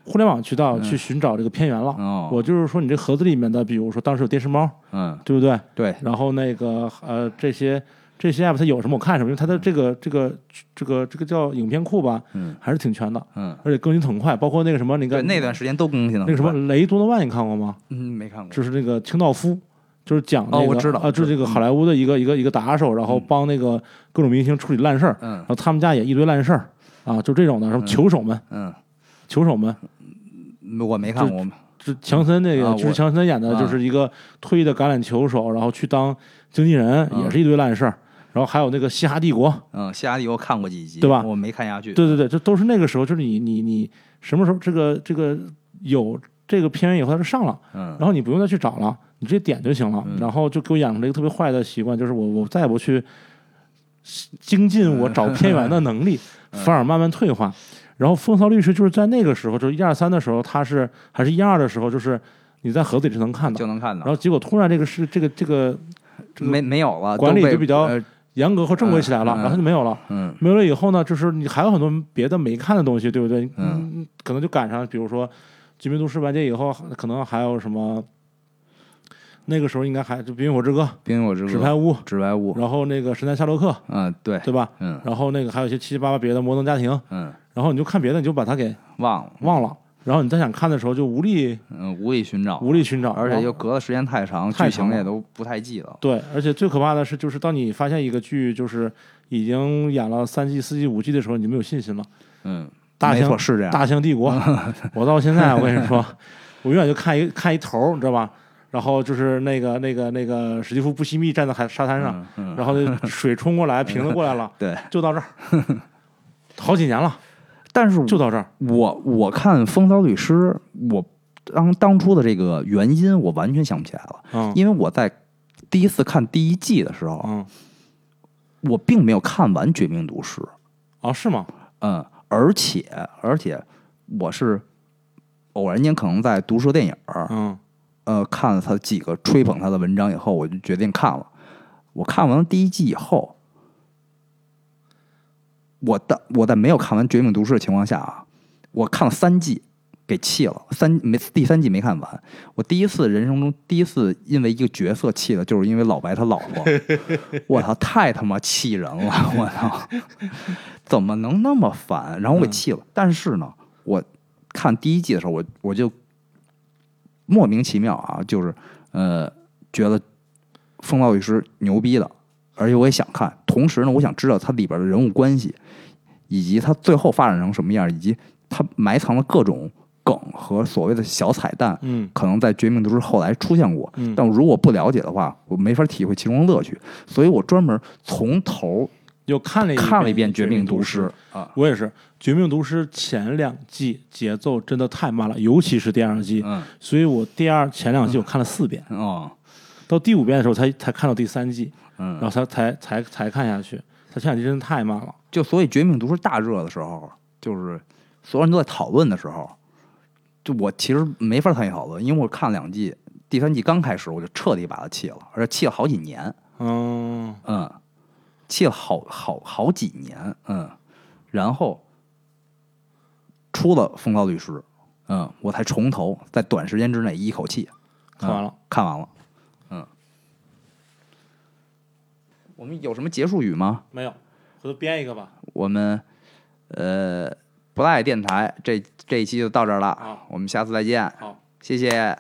[SPEAKER 1] 互联网渠道去寻找这个片源了。
[SPEAKER 2] 嗯哦，
[SPEAKER 1] 我就是说，你这盒子里面的，比如说当时有电视猫，
[SPEAKER 2] 嗯，
[SPEAKER 1] 对不对？
[SPEAKER 2] 对，
[SPEAKER 1] 然后那个呃，这些这些 app 它有什么我看什么，因为它的这个这个这个这个叫影片库吧，
[SPEAKER 2] 嗯
[SPEAKER 1] 还是挺全的。
[SPEAKER 2] 嗯，
[SPEAKER 1] 而且更新很快，包括那个什么，你
[SPEAKER 2] 对，
[SPEAKER 1] 看
[SPEAKER 2] 那段时间都更新了。
[SPEAKER 1] 那个什么
[SPEAKER 2] 是吧，
[SPEAKER 1] 雷多诺曼，你看过吗？
[SPEAKER 2] 嗯，没看过。
[SPEAKER 1] 就是那个清道夫，就是讲那个
[SPEAKER 2] 哦我知道
[SPEAKER 1] 啊，就是这个好莱坞的一个一个一个打手，然后帮那个各种明星处理烂事儿，
[SPEAKER 2] 嗯
[SPEAKER 1] 然后他们家也一堆烂事儿啊，就这种的，什么球手们，
[SPEAKER 2] 嗯，
[SPEAKER 1] 球手们，
[SPEAKER 2] 我没看过。
[SPEAKER 1] 就强森那个
[SPEAKER 2] 啊
[SPEAKER 1] 就是
[SPEAKER 2] 我
[SPEAKER 1] 强森演的，
[SPEAKER 2] 啊
[SPEAKER 1] 就是一个退役的橄榄球手，然后去当经纪
[SPEAKER 2] 啊
[SPEAKER 1] 人，也是一堆烂事儿。然后还有那个《嘻哈帝国》，
[SPEAKER 2] 嗯，夏利我看过几集，
[SPEAKER 1] 对吧
[SPEAKER 2] 我没看下去。
[SPEAKER 1] 对对对，这都是那个时候，就是你你你什么时候这个这个有这个片源以后，它就上了。
[SPEAKER 2] 嗯
[SPEAKER 1] 然后你不用再去找了，你直接点就行了。然后就给我养成了一个特别坏的习惯，就是我我再也不去精进我找片源的能力，
[SPEAKER 2] 嗯
[SPEAKER 1] 反而慢慢退化。然后风骚律师就是在那个时候，就是一二三的时候，他是还是一二的时候，就是你在盒子里是能看到
[SPEAKER 2] 就。能看
[SPEAKER 1] 然
[SPEAKER 2] 到。
[SPEAKER 1] 后结果突然这个是这个这个这个
[SPEAKER 2] 没没有了，
[SPEAKER 1] 管理
[SPEAKER 2] 都被
[SPEAKER 1] 就比较
[SPEAKER 2] 呃
[SPEAKER 1] 严格和正规起来了，
[SPEAKER 2] 嗯嗯
[SPEAKER 1] 然后就没有了。
[SPEAKER 2] 嗯
[SPEAKER 1] 没有了以后呢，就是你还有很多别的没看的东西，对不对？
[SPEAKER 2] 嗯，
[SPEAKER 1] 可能就赶上，比如说《绝命毒师》完结以后，可能还有什么，那个时候应该还就《冰与火之歌》
[SPEAKER 2] 冰与火之
[SPEAKER 1] 《
[SPEAKER 2] 歌
[SPEAKER 1] 纸牌屋》，
[SPEAKER 2] 纸牌屋，
[SPEAKER 1] 然后那个《神探夏洛克》，
[SPEAKER 2] 嗯，对，
[SPEAKER 1] 对吧？
[SPEAKER 2] 嗯
[SPEAKER 1] 然后那个还有一些七七八八别的《摩登家庭》，
[SPEAKER 2] 嗯，
[SPEAKER 1] 然后你就看别的，你就把它给
[SPEAKER 2] 忘了，
[SPEAKER 1] 忘了，然后你再想看的时候就无力
[SPEAKER 2] 嗯，无力寻找，
[SPEAKER 1] 无力寻找，
[SPEAKER 2] 而且
[SPEAKER 1] 然后
[SPEAKER 2] 又隔的时间太长，
[SPEAKER 1] 太
[SPEAKER 2] 剧
[SPEAKER 1] 长
[SPEAKER 2] 情也
[SPEAKER 1] 了
[SPEAKER 2] 都不太记了。
[SPEAKER 1] 对，而且最可怕的是，就是当你发现一个剧就是已经演了三季、四季、五季的时候，你就没有
[SPEAKER 2] <laughs>
[SPEAKER 1] 信心了。
[SPEAKER 2] 嗯，
[SPEAKER 1] 大
[SPEAKER 2] 没
[SPEAKER 1] 型
[SPEAKER 2] 错是这样。
[SPEAKER 1] 大象
[SPEAKER 2] <laughs>
[SPEAKER 1] 帝国，我到现在我跟你说， <laughs> 我永远就看一看一头儿，你知道吧？然后就是那个那个那个史蒂夫·布西密站在海沙滩上，
[SPEAKER 2] 嗯嗯，
[SPEAKER 1] 然后那水冲过来，瓶子过来了，
[SPEAKER 2] <laughs> 对。
[SPEAKER 1] 就到这儿，好几年了，
[SPEAKER 2] 但是
[SPEAKER 1] 就到这儿。
[SPEAKER 2] 我我看《风骚律师》，我当当初的这个原因我完全想不起来了，
[SPEAKER 1] 嗯
[SPEAKER 2] 因为我在第一次看第一季的时候，
[SPEAKER 1] 嗯，
[SPEAKER 2] 我并没有看完《绝命毒师》，
[SPEAKER 1] 哦，是吗？
[SPEAKER 2] 嗯，而且而且我是偶然间可能在毒舌电影儿，
[SPEAKER 1] 嗯
[SPEAKER 2] 呃，看了他几个吹捧他的文章以后，我就决定看了。我看完第一季以后，我的我在没有看完《绝命毒师》的情况下啊，我看了三季，给弃了三没第三季没看完。我第一次人生中第一次因为一个角色气的，就是因为老白他老婆，我操，太他妈气人了！我操，怎么能那么烦？然后我给气了。但是呢，我看第一季的时候，我我就莫名其妙啊，就是呃，觉得《风暴律师》牛逼的，而且我也想看。同时呢，我想知道它里边的人物关系，以及它最后发展成什么样，以及它埋藏了各种梗和所谓的小彩蛋，
[SPEAKER 1] 嗯
[SPEAKER 2] 可能在《绝命毒师》后来出现过。
[SPEAKER 1] 嗯
[SPEAKER 2] 但如果不了解的话，我没法体会其中的乐趣。所以我专门从头
[SPEAKER 1] 又看了一
[SPEAKER 2] 看了一遍《
[SPEAKER 1] 绝
[SPEAKER 2] 绝命毒
[SPEAKER 1] 毒
[SPEAKER 2] 师》啊，
[SPEAKER 1] 我也是，《绝命毒师》前两季节奏真的太慢了，尤其是第二季，
[SPEAKER 2] 嗯
[SPEAKER 1] 所以我第二前两季我看了四遍，
[SPEAKER 2] 哦
[SPEAKER 1] 到第五遍的时候才才看到第三季，
[SPEAKER 2] 嗯，
[SPEAKER 1] 然后才才才才看下去。它前两季真的太慢了，
[SPEAKER 2] 就所以《绝命毒师》大热的时候，就是所有人都在讨论的时候，就我其实没法参与讨论，因为我看两季，第三季刚开始我就彻底把它弃了，而且弃了好几年，
[SPEAKER 1] 嗯，
[SPEAKER 2] 嗯，弃了好好好几年，嗯，然后出了《风骚律师》，嗯，我才从头在短时间之内一口气
[SPEAKER 1] 看完了。
[SPEAKER 2] 看完了，嗯。我们有什么结束语吗？
[SPEAKER 1] 没有，回头编一个吧。
[SPEAKER 2] 我们呃不赖电台这这一期就到这儿了，
[SPEAKER 1] 好
[SPEAKER 2] 我们下次再见，
[SPEAKER 1] 好，
[SPEAKER 2] 谢谢。